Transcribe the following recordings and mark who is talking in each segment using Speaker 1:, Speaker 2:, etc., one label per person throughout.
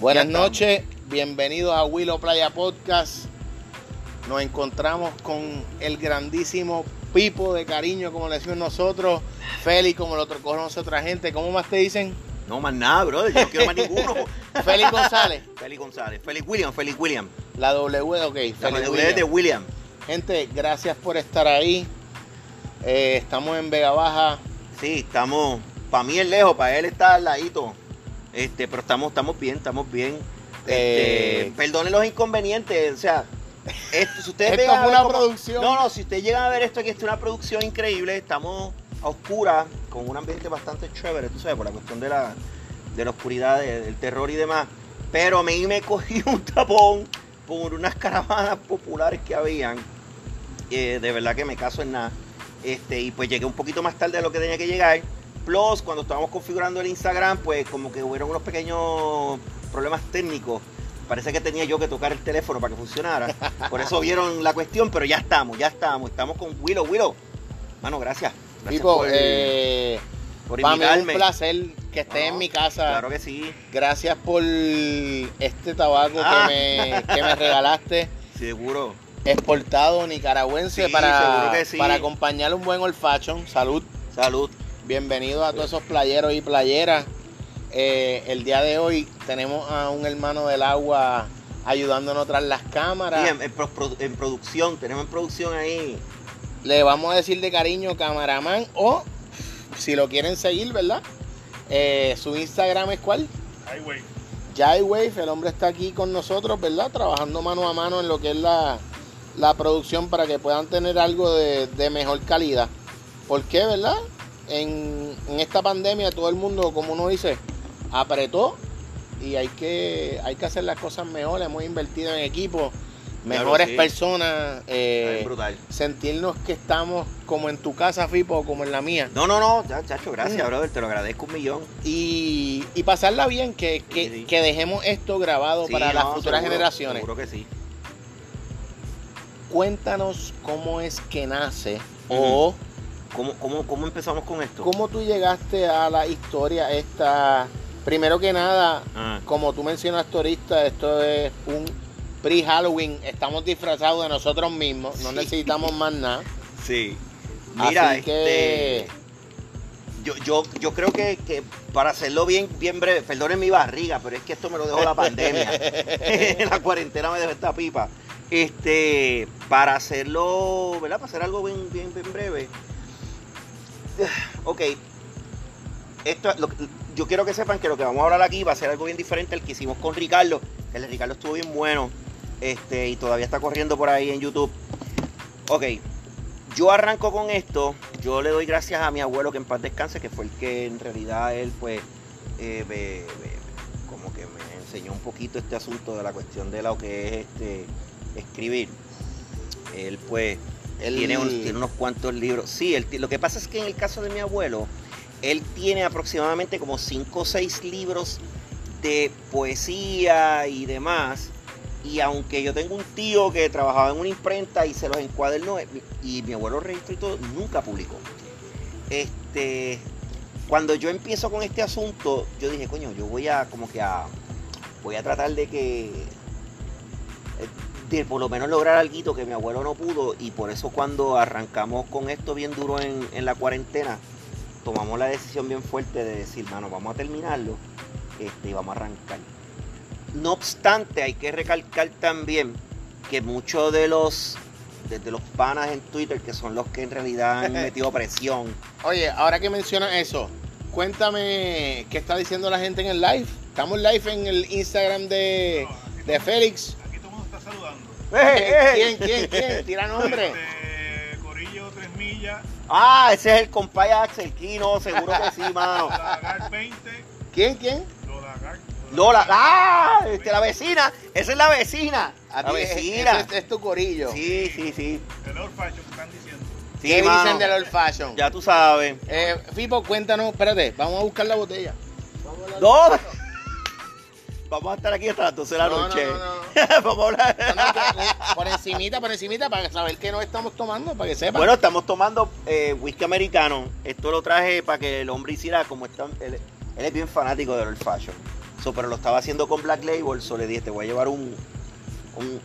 Speaker 1: Buenas noches, bienvenidos a Willow Playa Podcast. Nos encontramos con el grandísimo Pipo de cariño, como le decimos nosotros, Félix, como lo conoce otra gente. ¿Cómo más te dicen?
Speaker 2: No más nada, brother. Yo no quiero más ninguno.
Speaker 1: Félix González,
Speaker 2: Félix González. Félix William, Félix William.
Speaker 1: la W, ok. Félix
Speaker 2: La W
Speaker 1: Williams.
Speaker 2: de William.
Speaker 1: Gente, gracias por estar ahí. Eh, estamos en Vega Baja.
Speaker 2: Sí, estamos. Para mí es lejos, para él está al ladito. Este, pero estamos, estamos bien, estamos bien. Este,
Speaker 1: Eh,
Speaker 2: Perdonen los inconvenientes, o sea. Esto, si ustedes
Speaker 1: Esto
Speaker 2: llegan a
Speaker 1: fue
Speaker 2: ver
Speaker 1: una
Speaker 2: cómo-
Speaker 1: producción.
Speaker 2: No, no, si ustedes llegan a ver esto, que es una producción increíble. Estamos a oscuras, con un ambiente bastante chévere, tú sabes, por la cuestión de la, de la oscuridad, de- del terror y demás. Pero a mí me cogí un tapón por unas caravanas populares que habían. Eh, de verdad que me caso en nada. Este, y pues llegué un poquito más tarde de lo que tenía que llegar. Plus, cuando estábamos configurando el Instagram, pues como que hubieron unos pequeños problemas técnicos. Parece que tenía yo que tocar el teléfono para que funcionara. Por eso vieron la cuestión, pero ya estamos, ya estamos. Estamos con Willow, Willow. Mano, gracias. Gracias
Speaker 1: Pipo,
Speaker 2: por,
Speaker 1: eh,
Speaker 2: por
Speaker 1: para mí es un
Speaker 2: invitarme.
Speaker 1: placer que estés
Speaker 2: No,
Speaker 1: en mi casa.
Speaker 2: Claro que sí.
Speaker 1: Gracias por este tabaco
Speaker 2: Ah.
Speaker 1: que, me, que me regalaste,
Speaker 2: Seguro.
Speaker 1: exportado nicaragüense
Speaker 2: Sí, seguro
Speaker 1: para,
Speaker 2: que sí.
Speaker 1: para acompañar un buen olfachón. Salud,
Speaker 2: Salud.
Speaker 1: bienvenido a todos esos playeros y playeras. Eh, el día de hoy tenemos a un hermano del agua ayudándonos tras las cámaras.
Speaker 2: Sí, en, en pro- pro- en producción, tenemos en producción ahí.
Speaker 1: Le vamos a decir de cariño camaraman o si lo quieren seguir, ¿verdad? Eh, su Instagram es cuál?
Speaker 3: Highway.
Speaker 1: Jai Wave, el hombre está aquí con nosotros, ¿verdad? Trabajando mano a mano en lo que es la, la producción para que puedan tener algo de, de mejor calidad. ¿Por qué, verdad? En, en esta pandemia todo el mundo, como uno dice, apretó y hay que, hay que hacer las cosas mejor. Hemos invertido en equipo,
Speaker 2: Claro,
Speaker 1: mejores
Speaker 2: sí.
Speaker 1: personas, eh,
Speaker 2: Ay, brutal.
Speaker 1: sentirnos que estamos como en tu casa, Fipo, o como en la mía.
Speaker 2: No, no, no, ya, chacho, gracias,
Speaker 1: Mm.
Speaker 2: brother. Te lo agradezco un millón.
Speaker 1: Y, y pasarla bien, que, que-
Speaker 2: Sí, sí.
Speaker 1: que dejemos esto grabado
Speaker 2: Sí,
Speaker 1: para las
Speaker 2: no,
Speaker 1: futuras
Speaker 2: seguro,
Speaker 1: generaciones.
Speaker 2: Seguro que sí.
Speaker 1: Cuéntanos cómo es que nace o
Speaker 2: Ujú. ¿Cómo, cómo, cómo empezamos con esto?
Speaker 1: cómo tú llegaste a la historia esta. Primero que nada,
Speaker 2: Ah,
Speaker 1: como tú mencionaste ahorita, esto es un pre-Halloween. Estamos disfrazados de nosotros mismos, no
Speaker 2: Sí.
Speaker 1: necesitamos más nada.
Speaker 2: sí. Mira,
Speaker 1: Así
Speaker 2: este.
Speaker 1: que-
Speaker 2: Yo, yo, yo creo que, que para hacerlo bien, bien breve, perdonen mi barriga, pero es que esto me lo dejó la pandemia. la cuarentena me dejó esta pipa. Este, para hacerlo, ¿verdad? Para hacer algo bien, bien, bien breve. Ok. Esto, lo- yo quiero que sepan que lo que vamos a hablar aquí va a ser algo bien diferente al que hicimos con Ricardo. El de Ricardo estuvo bien bueno. Este, y todavía está corriendo por ahí en YouTube. Ok. Yo arranco con esto. Yo le doy gracias a mi abuelo que en paz descanse, que fue el que en realidad él, pues, eh, me- me- como que me enseñó un poquito este asunto de la cuestión de lo que es este escribir. Él, pues,
Speaker 1: Él-
Speaker 2: tiene, un- tiene unos cuantos libros. Sí, él ti- lo que pasa es que en el caso de mi abuelo, él tiene aproximadamente como 5 o 6 libros de poesía y demás. Y aunque yo tengo un tío que trabajaba en una imprenta y se los encuadernó, eh, y mi abuelo registró y todo, nunca publicó. Este, cuando yo empiezo con este asunto, yo dije, coño, yo voy a como que a, voy a tratar de que, eh, de por lo menos lograr algo que mi abuelo no pudo, y por eso cuando arrancamos con esto bien duro en, en la cuarentena, tomamos la decisión bien fuerte de decir, mano, vamos a terminarlo este, y vamos a arrancar. No obstante, hay que recalcar también que muchos de los, desde los panas en Twitter, que son los que en realidad han metido presión,
Speaker 1: Oye, ahora que mencionas eso, cuéntame qué está diciendo la gente en el live. Estamos live en el Instagram de, de Félix.
Speaker 3: Aquí todo el mundo está saludando.
Speaker 2: Eh,
Speaker 1: ¿Quién, quién, quién? Tira nombre.
Speaker 3: Este, Corillo, Tres Millas,
Speaker 2: Ah, ese es el compay Axel Kino, seguro que sí, mano.
Speaker 3: Lodagar 20,
Speaker 1: ¿Quién, quién?
Speaker 3: Lodagar.
Speaker 2: Lola, ah, este, la vecina, esa es la vecina. La
Speaker 1: Papi, es-
Speaker 2: vecina.
Speaker 1: ese Es, es tu corillo.
Speaker 2: Sí, sí, sí.
Speaker 3: El Old Fashion, están diciendo.
Speaker 1: ¿Qué
Speaker 2: Sí, mano.
Speaker 1: dicen del old fashion?
Speaker 2: Ya tú sabes.
Speaker 1: Eh, Fipo, cuéntanos, espérate, vamos a buscar la botella.
Speaker 2: No. Vamos a estar aquí hasta las 12 de la noche.
Speaker 1: No, no, no,
Speaker 2: Vamos a hablar.
Speaker 1: no, que- por encimita, por encimita, para saber qué nos estamos tomando, para que sepan.
Speaker 2: Bueno, estamos tomando eh, whisky americano. Esto lo traje para que el hombre hiciera como está. Él, él es bien fanático del old fashion. So, pero lo estaba haciendo con Black Label, so le dije, te voy a llevar un, un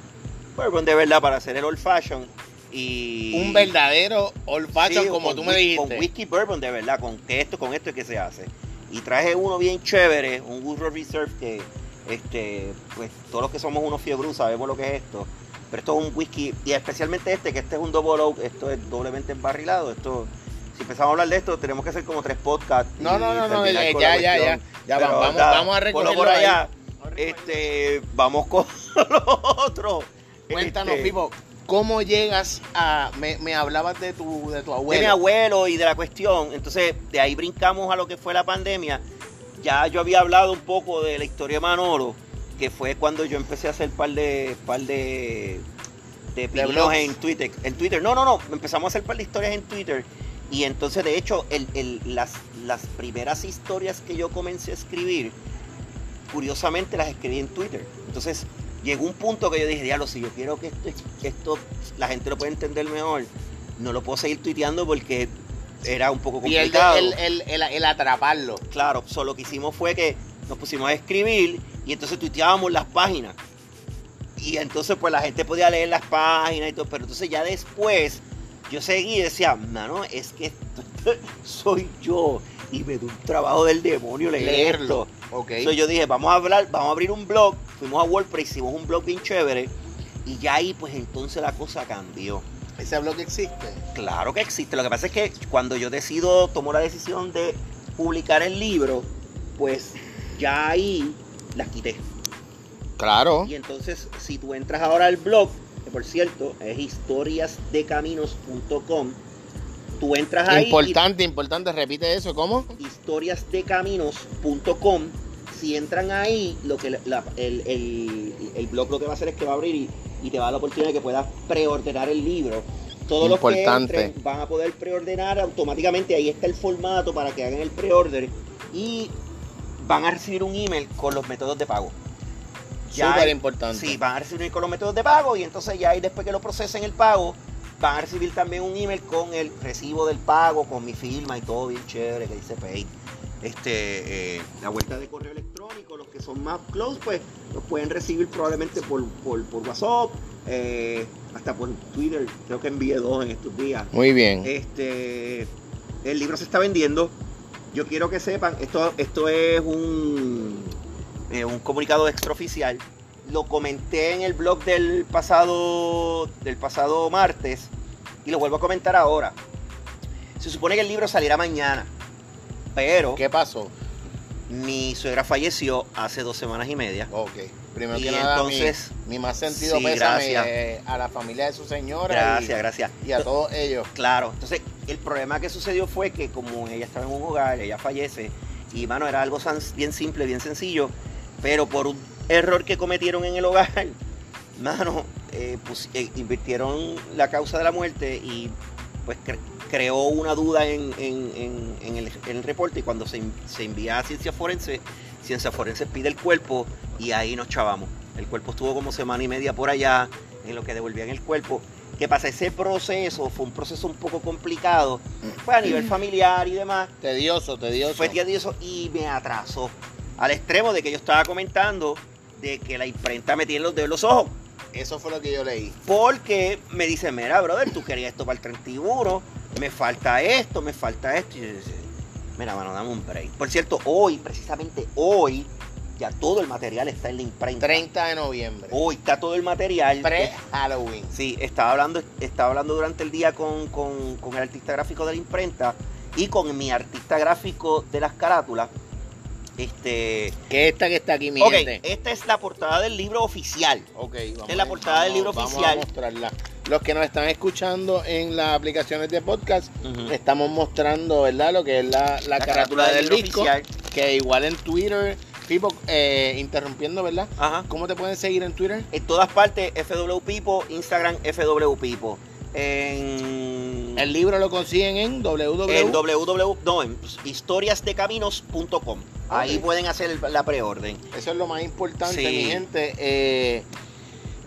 Speaker 2: bourbon de verdad para hacer el old fashion. Y,
Speaker 1: Un verdadero old fashion,
Speaker 2: Sí,
Speaker 1: como
Speaker 2: con
Speaker 1: tú me
Speaker 2: whi-
Speaker 1: dijiste.
Speaker 2: Con whisky bourbon, de verdad, con que esto, con esto es que se hace. Y traje uno bien chévere, un Woodrow Reserve que, este, pues todos los que somos unos fiebrus sabemos lo que es esto. Pero esto es un whisky, y especialmente este, que este es un double oak, esto es doblemente embarrilado. Esto, si empezamos a hablar de esto, tenemos que hacer como tres podcasts. y
Speaker 1: no, no, no, no,
Speaker 2: terminar
Speaker 1: ya,
Speaker 2: con
Speaker 1: ya,
Speaker 2: la
Speaker 1: ya, ya.
Speaker 2: cuestión.
Speaker 1: Ya,
Speaker 2: Pero
Speaker 1: vamos,
Speaker 2: nada,
Speaker 1: vamos a
Speaker 2: ponlo
Speaker 1: recogerlo
Speaker 2: por
Speaker 1: ahí.
Speaker 2: allá. Este, vamos con lo otro.
Speaker 1: Cuéntanos,
Speaker 2: Este,
Speaker 1: Pipo, ¿cómo llegas a. Me, me hablabas de tu, de tu
Speaker 2: de mi
Speaker 1: abuelo.
Speaker 2: abuelo y de la cuestión. Entonces, de ahí brincamos a lo que fue la pandemia. Ya yo había hablado un poco de la historia de Manolo, que fue cuando yo empecé a hacer par de par de, de pinos
Speaker 1: blogs.
Speaker 2: en Twitter. En Twitter, no, no, no. Empezamos a hacer par de historias en Twitter. Y entonces, de hecho, el- el- las, las primeras historias que yo comencé a escribir, curiosamente las escribí en Twitter. Entonces, llegó un punto que yo dije, diablo, si yo quiero que esto, que esto la gente lo pueda entender mejor, no lo puedo seguir tuiteando porque era un poco
Speaker 1: Y el, de- eh.
Speaker 2: complicado.
Speaker 1: el, el, el, el atraparlo.
Speaker 2: Claro, solo que hicimos fue que nos pusimos a escribir y entonces tuiteábamos las páginas. Y entonces pues la gente podía leer las páginas y todo, pero entonces ya después yo seguí y decía, mano, es que esto- soy yo y me da un trabajo del demonio leer esto".
Speaker 1: Leerlo. Ok.
Speaker 2: So, yo dije, vamos a hablar, vamos a abrir un blog. Fuimos a WordPress, hicimos un blog bien chévere. Y ya ahí, pues entonces la cosa cambió.
Speaker 1: Ese bloque existe.
Speaker 2: Claro que existe. Lo que pasa es que cuando yo decido, tomo la decisión de publicar el libro, pues ya ahí las quité.
Speaker 1: Claro.
Speaker 2: Y entonces, si tú entras ahora al blog, que por cierto es historiasdecaminos.com, tú entras ahí. y
Speaker 1: Importante, importante, repite eso, ¿cómo?
Speaker 2: historiasdecaminos.com. Si entran ahí, lo que la- el, el- el blog lo que va a hacer es que va a abrir y, y te va a dar la oportunidad de que puedas preordenar el libro. Todos los
Speaker 1: Importante.
Speaker 2: que entren van a poder preordenar automáticamente. Ahí está el formato para que hagan el preorder y van a recibir un email con los métodos de pago. Ya
Speaker 1: Súper
Speaker 2: hay-
Speaker 1: importante.
Speaker 2: Sí, van a recibir con los métodos de pago y entonces ya ahí después que lo procesen el pago, van a recibir también un email con el recibo del pago, con mi firma y todo bien chévere que dice Pay. Este, eh, la vuelta de correo electrónico, los que son más close, pues los pueden recibir probablemente por, por, por WhatsApp, eh, hasta por Twitter. Creo que envié dos en estos días.
Speaker 1: Muy bien.
Speaker 2: Este, el libro se está vendiendo. Yo quiero que sepan, esto, esto es un, eh, un comunicado extraoficial. Lo comenté en el blog del pasado, del pasado martes y lo vuelvo a comentar ahora. Se supone que el libro salirá mañana, pero
Speaker 1: ¿Qué pasó?
Speaker 2: mi suegra falleció hace dos semanas y media.
Speaker 1: Ok. Primero
Speaker 2: Y
Speaker 1: que nada, mi-
Speaker 2: entonces-
Speaker 1: mi, más sentido
Speaker 2: Sí,
Speaker 1: pésame
Speaker 2: gracias.
Speaker 1: eh, a la familia de su señora
Speaker 2: Gracias, gracias.
Speaker 1: y, y a todos ellos.
Speaker 2: Claro, entonces el problema que sucedió fue que como ella estaba en un hogar, ella fallece, y mano, era algo san- bien simple, bien sencillo, pero por un error que cometieron en el hogar, mano, eh, pus- eh, invirtieron la causa de la muerte y pues cre- creó una duda en, en- en- en el, en el reporte y cuando se, en- se envía a Ciencia Forense, Ciencia Forense pide el cuerpo y ahí nos chavamos. El cuerpo estuvo como semana y media por allá en lo que devolvían el cuerpo. ¿Qué pasa? Ese proceso fue un proceso un poco complicado, pues a nivel familiar y demás.
Speaker 1: Tedioso, tedioso.
Speaker 2: Fue tedioso y me atrasó. Al extremo de que yo estaba comentando de que la imprenta me tiene los dedos en los ojos.
Speaker 1: Eso fue lo que yo leí.
Speaker 2: Porque me dice, mira, brother, tú querías esto para el 31, me falta esto, me falta esto. Y yo decía, mira, mano, dame un break. Por cierto, hoy, precisamente hoy, ya todo el material está en la imprenta.
Speaker 1: 30 de noviembre.
Speaker 2: Hoy está todo el material.
Speaker 1: Pre-Halloween.
Speaker 2: Sí, estaba hablando, estaba hablando durante el día con, con- con el artista gráfico de la imprenta y con mi artista gráfico de las carátulas. Este,
Speaker 1: Que esta que está aquí, mi
Speaker 2: ok,
Speaker 1: gente.
Speaker 2: esta es la portada del libro oficial.
Speaker 1: Ok, vamos
Speaker 2: es la
Speaker 1: a-
Speaker 2: portada del libro
Speaker 1: vamos
Speaker 2: oficial.
Speaker 1: a mostrarla. Los que nos están escuchando en las aplicaciones de podcast, estamos mostrando, ¿verdad? Lo que es la, la carátula del, disco. Que igual en Twitter, Pipo, eh, interrumpiendo, ¿verdad?
Speaker 2: Ajá.
Speaker 1: ¿Cómo te pueden seguir en Twitter?
Speaker 2: En todas partes, FW Pipo, Instagram FW Pipo. En
Speaker 1: El libro lo consiguen en www.
Speaker 2: en www, no, en historiasdecaminos.com. Ahí
Speaker 1: Ok.
Speaker 2: pueden hacer el- la preorden.
Speaker 1: Eso es lo más importante,
Speaker 2: Sí.
Speaker 1: mi gente. Eh,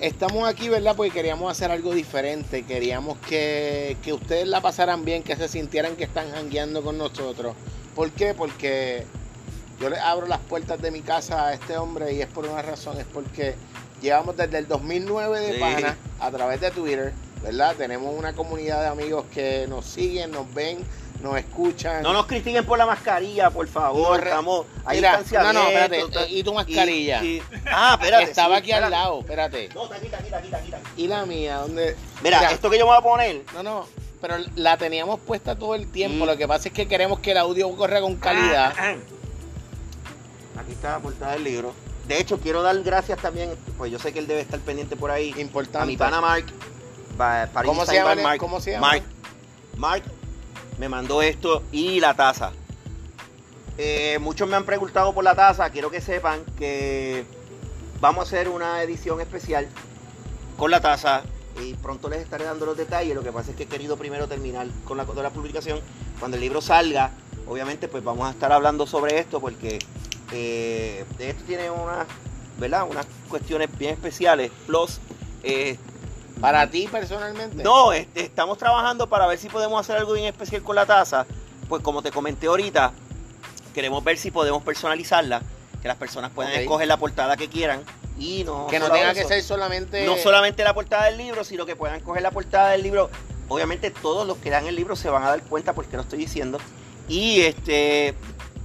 Speaker 1: estamos aquí, ¿verdad? Porque queríamos hacer algo diferente. Queríamos que, que ustedes la pasaran bien, que se sintieran que están jangueando con nosotros. ¿Por qué? Porque Yo le abro las puertas de mi casa a este hombre y es por una razón, es porque llevamos desde el 2009 de
Speaker 2: Sí.
Speaker 1: Pana a través de Twitter, ¿verdad? Tenemos una comunidad de amigos que nos siguen, nos ven, nos escuchan.
Speaker 2: No nos critiquen por la mascarilla, por
Speaker 1: No,
Speaker 2: favor.
Speaker 1: re-
Speaker 2: Estamos. Hay
Speaker 1: Mira,
Speaker 2: distanciamiento,
Speaker 1: no, no, espérate,
Speaker 2: está-
Speaker 1: eh, ¿y tu mascarilla?
Speaker 2: ah, espérate.
Speaker 1: Estaba
Speaker 2: sí,
Speaker 1: aquí al
Speaker 2: espérate.
Speaker 1: lado, espérate.
Speaker 2: No, está aquí, está aquí, está aquí, está aquí, está aquí.
Speaker 1: Y la mía, ¿dónde?
Speaker 2: Mira,
Speaker 1: Mira,
Speaker 2: esto que yo me voy a poner.
Speaker 1: No, no, pero la teníamos puesta todo el tiempo.
Speaker 2: Mm.
Speaker 1: Lo que pasa es que queremos que el audio corra con calidad.
Speaker 2: Ah, ah. Aquí está la portada del libro. De hecho, quiero dar gracias también, pues yo sé que él debe estar pendiente por ahí.
Speaker 1: Importante.
Speaker 2: ah. A mi pana Mark. ba- Paris
Speaker 1: ¿Cómo se
Speaker 2: Design
Speaker 1: llama
Speaker 2: by
Speaker 1: el-
Speaker 2: Mark.
Speaker 1: cómo se llama?
Speaker 2: Mark. Mark me mandó esto y la taza. Eh, muchos me han preguntado por la taza. Quiero que sepan que vamos a hacer una edición especial con la taza. Y pronto les estaré dando los detalles. Lo que pasa es que he querido primero terminar con la, con la publicación. Cuando el libro salga, obviamente, pues vamos a estar hablando sobre esto porque eh, esto tiene unas, ¿verdad? Unas cuestiones bien especiales. Plus, eh,
Speaker 1: Para ti personalmente.
Speaker 2: no, este, estamos trabajando para ver si podemos hacer algo bien especial con la taza. Pues como te comenté ahorita, queremos ver si podemos personalizarla, que las personas puedan
Speaker 1: Ok.
Speaker 2: escoger la portada que quieran y no
Speaker 1: que no
Speaker 2: solo
Speaker 1: tenga
Speaker 2: eso.
Speaker 1: que ser este, solamente.
Speaker 2: no solamente la portada del libro, sino que puedan coger la portada del libro. Obviamente todos los que dan el libro se van a dar cuenta porque lo estoy diciendo. Y este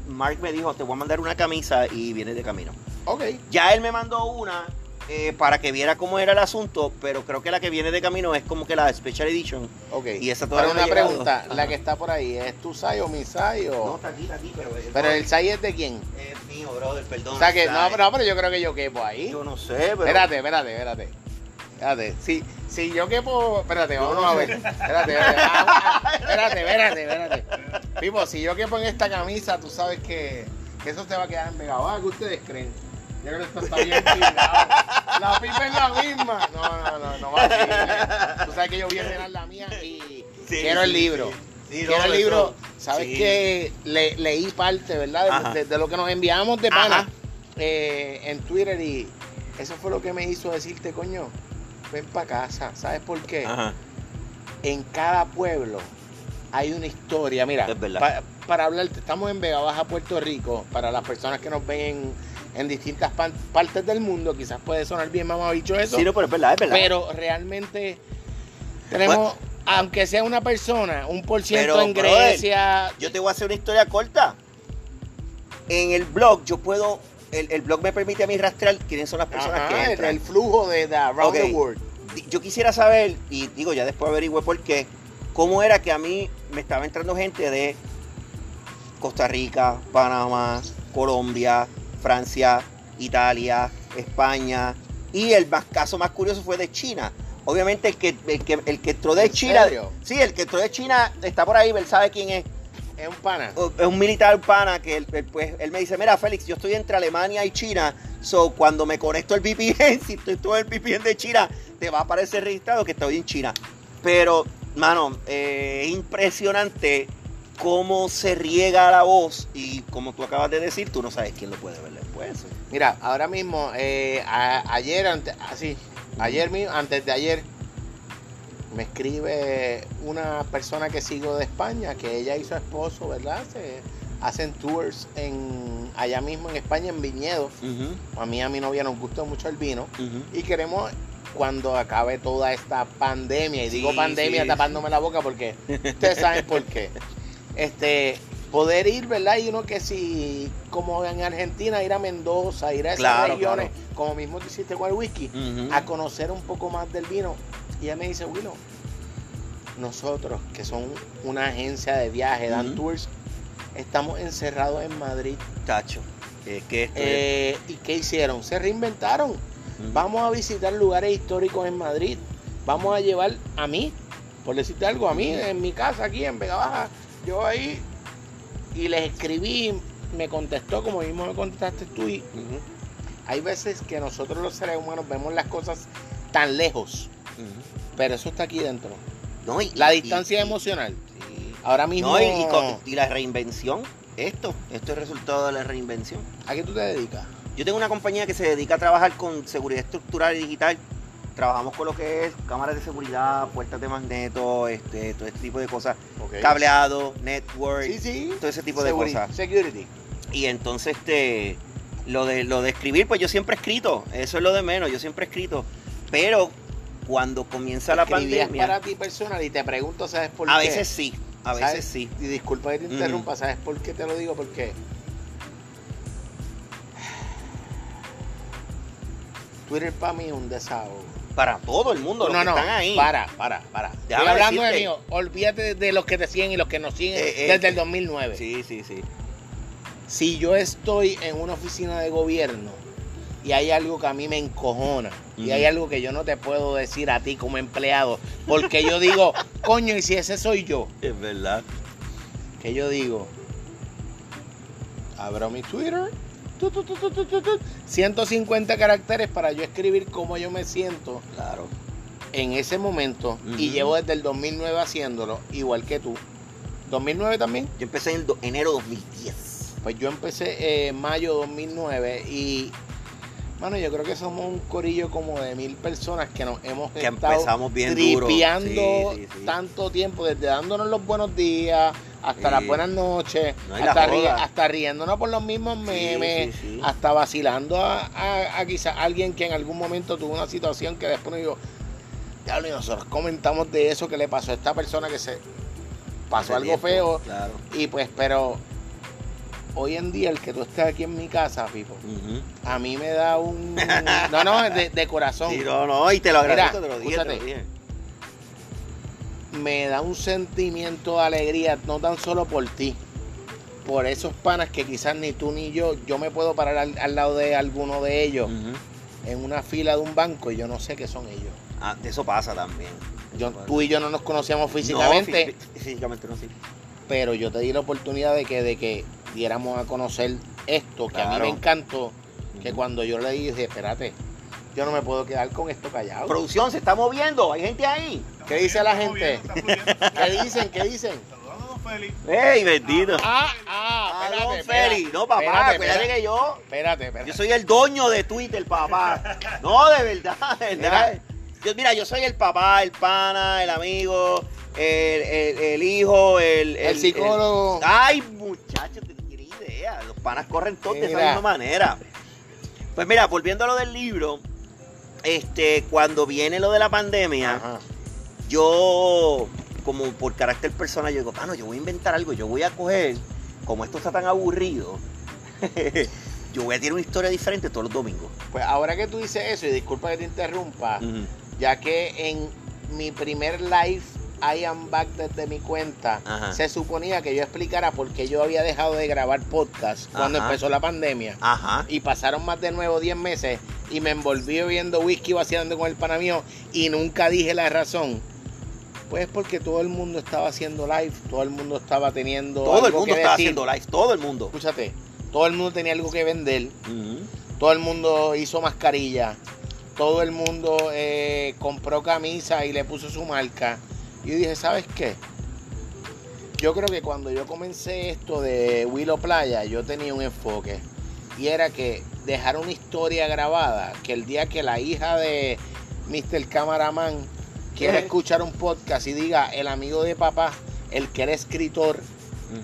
Speaker 2: Mark me dijo, te voy a mandar una camisa y vienes de camino.
Speaker 1: Ok.
Speaker 2: Ya él me mandó una eh, para que viera cómo era el asunto, pero creo que la que viene de camino es como que la Special Edition.
Speaker 1: Ok.
Speaker 2: Y esa
Speaker 1: Pero
Speaker 2: todavía
Speaker 1: una
Speaker 2: no ha llegado.
Speaker 1: pregunta, la
Speaker 2: Ajá.
Speaker 1: que está por ahí, ¿es tu sai o mi sai o.?
Speaker 2: No, está aquí, está aquí, pero... el-
Speaker 1: Oh. pero el sai es de quién?
Speaker 2: Es mío, brother, perdón.
Speaker 1: O sea que, no,
Speaker 2: Ay,
Speaker 1: no, pero yo creo que yo quepo ahí.
Speaker 2: Yo no sé, pero...
Speaker 1: Espérate, espérate, espérate. Espérate, si, si yo quepo. Espérate, vamos a ver. Espérate, espérate. Ah, ah, Espérate, espérate, espérate. Pipo, si yo quepo en esta camisa, tú sabes que, que eso te va a quedar pegado. Ah, ¿qué ustedes creen? Yo creo que esto está bien pintado. La pipa es la misma. No, no, no, no va a ser. Tú sabes que yo voy a cenar la mía y
Speaker 2: Sí,
Speaker 1: quiero el
Speaker 2: sí,
Speaker 1: libro.
Speaker 2: sí. Sí,
Speaker 1: quiero
Speaker 2: no,
Speaker 1: el libro.
Speaker 2: eso-
Speaker 1: Sabes
Speaker 2: sí.
Speaker 1: que le- leí parte, ¿verdad?
Speaker 2: Ajá.
Speaker 1: De, de- de lo que nos enviamos de
Speaker 2: Ajá.
Speaker 1: pana eh, en Twitter y eso fue lo que me hizo decirte, coño, ven para casa. ¿Sabes por qué?
Speaker 2: Ajá.
Speaker 1: En cada pueblo hay una historia. Mira,
Speaker 2: Es verdad.
Speaker 1: pa- para hablarte, estamos en Vega Baja, Puerto Rico. Para las personas que nos ven en, en distintas pan- partes del mundo, quizás puede sonar bien mamabicho eso.
Speaker 2: Sí, no, pero es verdad, es verdad. ah,
Speaker 1: pero realmente tenemos, aunque sea una persona, un por ciento
Speaker 2: Pero,
Speaker 1: en
Speaker 2: brother,
Speaker 1: Grecia.
Speaker 2: Yo te voy a hacer una historia corta. En el blog yo puedo... El, el blog me permite a mí rastrear quiénes son las personas
Speaker 1: Ajá,
Speaker 2: que
Speaker 1: el,
Speaker 2: entran.
Speaker 1: el flujo de, de Around
Speaker 2: Ok.
Speaker 1: the World.
Speaker 2: Di- yo quisiera saber, y digo, ya después averigüé por qué, cómo era que a mí me estaba entrando gente de Costa Rica, Panamá, Colombia, Francia, Italia, España. Y el más, caso más curioso fue de China. Obviamente el que, el que, el que entró de
Speaker 1: ¿En
Speaker 2: China.
Speaker 1: serio?
Speaker 2: Sí, el que entró de China está por ahí, él sabe quién es.
Speaker 1: Es un pana.
Speaker 2: O- Es un militar pana que él, él, pues, él me dice, mira Félix, yo estoy entre Alemania y China, so cuando me conecto el VPN, si estoy todo el VPN de China, te va a aparecer registrado que estoy en China. Pero, mano, eh, es impresionante cómo se riega la voz y como tú acabas de decir, tú no sabes quién lo puede ver después.
Speaker 1: Mira, ahora mismo, eh, a- ayer, ante- ah, sí, ayer mismo, antes de ayer, me escribe una persona que sigo de España, que ella y su esposo, ¿verdad? Se hacen tours en allá mismo en España, en viñedos. A mí, a mi novia nos gusta mucho el vino. Y queremos, cuando acabe toda esta pandemia, y
Speaker 2: Sí,
Speaker 1: digo pandemia
Speaker 2: sí,
Speaker 1: tapándome la boca porque ustedes saben por qué, este, poder ir, ¿verdad? Y uno que si, como en Argentina, ir a Mendoza, ir a esas
Speaker 2: Claro,
Speaker 1: regiones, como mismo te hiciste con el whisky,
Speaker 2: Ah,
Speaker 1: a conocer un poco más del vino. Y ella me dice, Willow, nosotros, que son una agencia de viaje, dan
Speaker 2: Ujú.
Speaker 1: tours, estamos encerrados en Madrid.
Speaker 2: Tacho, es que esto es-
Speaker 1: Eh, ¿Y qué hicieron? Se reinventaron.
Speaker 2: Ujú.
Speaker 1: Vamos a visitar lugares históricos en Madrid. Vamos a llevar a mí, por decirte algo, a mí, en mi casa aquí en Vega Baja. Yo ahí y les escribí, me contestó como mismo me contestaste tú. Y
Speaker 2: Ujú,
Speaker 1: hay veces que nosotros los seres humanos vemos las cosas tan lejos,
Speaker 2: ujú.
Speaker 1: pero eso está aquí dentro.
Speaker 2: No, y-
Speaker 1: La
Speaker 2: y-
Speaker 1: distancia
Speaker 2: y-
Speaker 1: emocional.
Speaker 2: sí.
Speaker 1: Ahora mismo,
Speaker 2: No, y, y con- y la reinvención, esto, esto es resultado de la reinvención.
Speaker 1: ¿a qué tú te dedicas?
Speaker 2: Yo tengo una compañía que se dedica a trabajar con seguridad estructural y digital. Trabajamos con lo que es cámaras de seguridad, puertas de magneto, este, todo este tipo de cosas, cableado, network,
Speaker 1: Sí, sí.
Speaker 2: todo ese tipo de
Speaker 1: Seguri-
Speaker 2: cosas.
Speaker 1: Security.
Speaker 2: Y entonces este, lo, de, lo de escribir, pues yo siempre he escrito, eso es lo de menos, yo siempre he escrito. Pero cuando comienza la
Speaker 1: Escribías
Speaker 2: pandemia,
Speaker 1: para ti personal y te pregunto, ¿sabes por
Speaker 2: a
Speaker 1: qué?
Speaker 2: veces sí, a
Speaker 1: ¿Sabes?
Speaker 2: veces sí.
Speaker 1: Y disculpa que te
Speaker 2: Ujú.
Speaker 1: interrumpa, ¿sabes por qué te lo digo? Porque Twitter para mí es un desahogo.
Speaker 2: Para todo el mundo, los que están ahí.
Speaker 1: Para, para, para. Estoy
Speaker 2: Déjame
Speaker 1: hablando de
Speaker 2: decirte.
Speaker 1: mío. Olvídate de los que te siguen y los que nos siguen
Speaker 2: Eh, eh,
Speaker 1: desde el 2009.
Speaker 2: Sí, sí, sí.
Speaker 1: Si yo estoy en una oficina de gobierno y hay algo que a mí me encojona y
Speaker 2: Ujú.
Speaker 1: hay algo que yo no te puedo decir a ti como empleado, porque yo digo, coño, y si ese soy yo,
Speaker 2: Es verdad.
Speaker 1: que yo digo, abro mi Twitter, tu, tu, tu, tu, tu, tu, tu, 150 caracteres para yo escribir cómo yo me siento
Speaker 2: Claro.
Speaker 1: en ese momento y
Speaker 2: Ujú.
Speaker 1: llevo desde el 2009 haciéndolo, igual que tú. ¿2009 también?
Speaker 2: Yo empecé en el do- enero 2010.
Speaker 1: Pues yo empecé eh, en mayo 2009 y, mano, yo creo que somos un corillo como de mil personas que nos hemos
Speaker 2: Que
Speaker 1: estado
Speaker 2: empezamos bien duro.
Speaker 1: tripeando
Speaker 2: Sí, sí, sí.
Speaker 1: tanto tiempo, desde dándonos los buenos días hasta
Speaker 2: Sí.
Speaker 1: las buenas noches,
Speaker 2: No, y la
Speaker 1: hasta, ri-
Speaker 2: joda.
Speaker 1: hasta riéndonos por los mismos memes,
Speaker 2: sí, sí.
Speaker 1: hasta vacilando a, a- a quizás alguien que en algún momento tuvo una situación que después nos dijo, diablo, y nosotros comentamos de eso que le pasó a esta persona que se pasó
Speaker 2: Hace
Speaker 1: algo
Speaker 2: tiempo,
Speaker 1: feo.
Speaker 2: Claro.
Speaker 1: Y pues, pero hoy en día el que tú estés aquí en mi casa, Pipo,
Speaker 2: Ujú.
Speaker 1: a mí me da un... No, no, de, de corazón.
Speaker 2: Sí, no, no, y te lo
Speaker 1: Mira,
Speaker 2: agradezco, te lo dije, te lo
Speaker 1: escúchate.
Speaker 2: dije.
Speaker 1: Me da un sentimiento de alegría, no tan solo por ti, por esos panas que quizás ni tú ni yo, yo me puedo parar al, al lado de alguno de ellos
Speaker 2: Ujú.
Speaker 1: en una fila de un banco y yo no sé qué son ellos.
Speaker 2: Ah, eso pasa también.
Speaker 1: Yo,
Speaker 2: Eso
Speaker 1: tú y yo no nos conocíamos
Speaker 2: pasa.
Speaker 1: físicamente,
Speaker 2: No, fí- fí- físicamente no, sí.
Speaker 1: pero yo te di la oportunidad de que, de que diéramos a conocer esto, que a mí
Speaker 2: Claro.
Speaker 1: me encantó. que
Speaker 2: Ujú.
Speaker 1: cuando yo le dije, espérate, yo no me puedo quedar con esto callado.
Speaker 2: Producción se está moviendo, hay gente ahí.
Speaker 3: Estamos
Speaker 1: ¿Qué dice
Speaker 3: bien,
Speaker 1: la
Speaker 3: estamos
Speaker 1: gente?
Speaker 3: bien, está fluyendo.
Speaker 1: ¿Qué dicen? ¿Qué dicen?
Speaker 3: Saludando a don Feli.
Speaker 2: ¡Ey, bendito!
Speaker 1: Ah, ah,
Speaker 2: Ah,
Speaker 1: espérate,
Speaker 2: don
Speaker 1: espérate,
Speaker 2: Feli. No, papá,
Speaker 1: espérate,
Speaker 2: acuérdate
Speaker 1: espérate,
Speaker 2: que yo.
Speaker 1: espérate, espérate.
Speaker 2: Yo soy el dueño de Twitter, papá. No, de verdad, de verdad. Yo, mira, yo soy el papá, el pana, el amigo, el, el- el hijo, el,
Speaker 1: el psicólogo.
Speaker 2: Ay, muchachos, te tienes idea. Los panas corren todos de
Speaker 1: Mira.
Speaker 2: esa misma manera. Pues mira, volviendo a lo del libro, este, cuando viene lo de la pandemia,
Speaker 1: Ajá.
Speaker 2: yo, como por carácter personal, yo digo, mano, yo voy a inventar algo, yo voy a coger, como esto está tan aburrido, yo voy a tirar una historia diferente todos los domingos.
Speaker 1: Pues ahora que tú dices eso, y disculpa que te interrumpa,
Speaker 2: Mm.
Speaker 1: ya que en mi primer live, I am back desde mi cuenta,
Speaker 2: Ajá.
Speaker 1: se suponía que yo explicara por qué yo había dejado de grabar podcast cuando
Speaker 2: Ajá.
Speaker 1: empezó la pandemia.
Speaker 2: Ajá.
Speaker 1: y pasaron más de nuevo 10 meses y me envolví bebiendo whisky vaciando con el pana mío y nunca dije la razón. Pues porque todo el mundo estaba haciendo live, todo el mundo estaba teniendo
Speaker 2: Todo el
Speaker 1: algo
Speaker 2: mundo
Speaker 1: que
Speaker 2: está
Speaker 1: decir.
Speaker 2: haciendo live, todo el mundo.
Speaker 1: Escúchate, todo el mundo tenía algo que vender, todo el mundo hizo mascarilla, todo el mundo eh, compró camisa y le puso su marca. Y yo dije, ¿sabes qué? Yo creo que cuando yo comencé esto de Willow Playa, yo tenía un enfoque. Y era que dejar una historia grabada, que el día que la hija de Mr. Cameraman quiera
Speaker 2: Ujú.
Speaker 1: escuchar un podcast y diga, el amigo de papá, el que era escritor,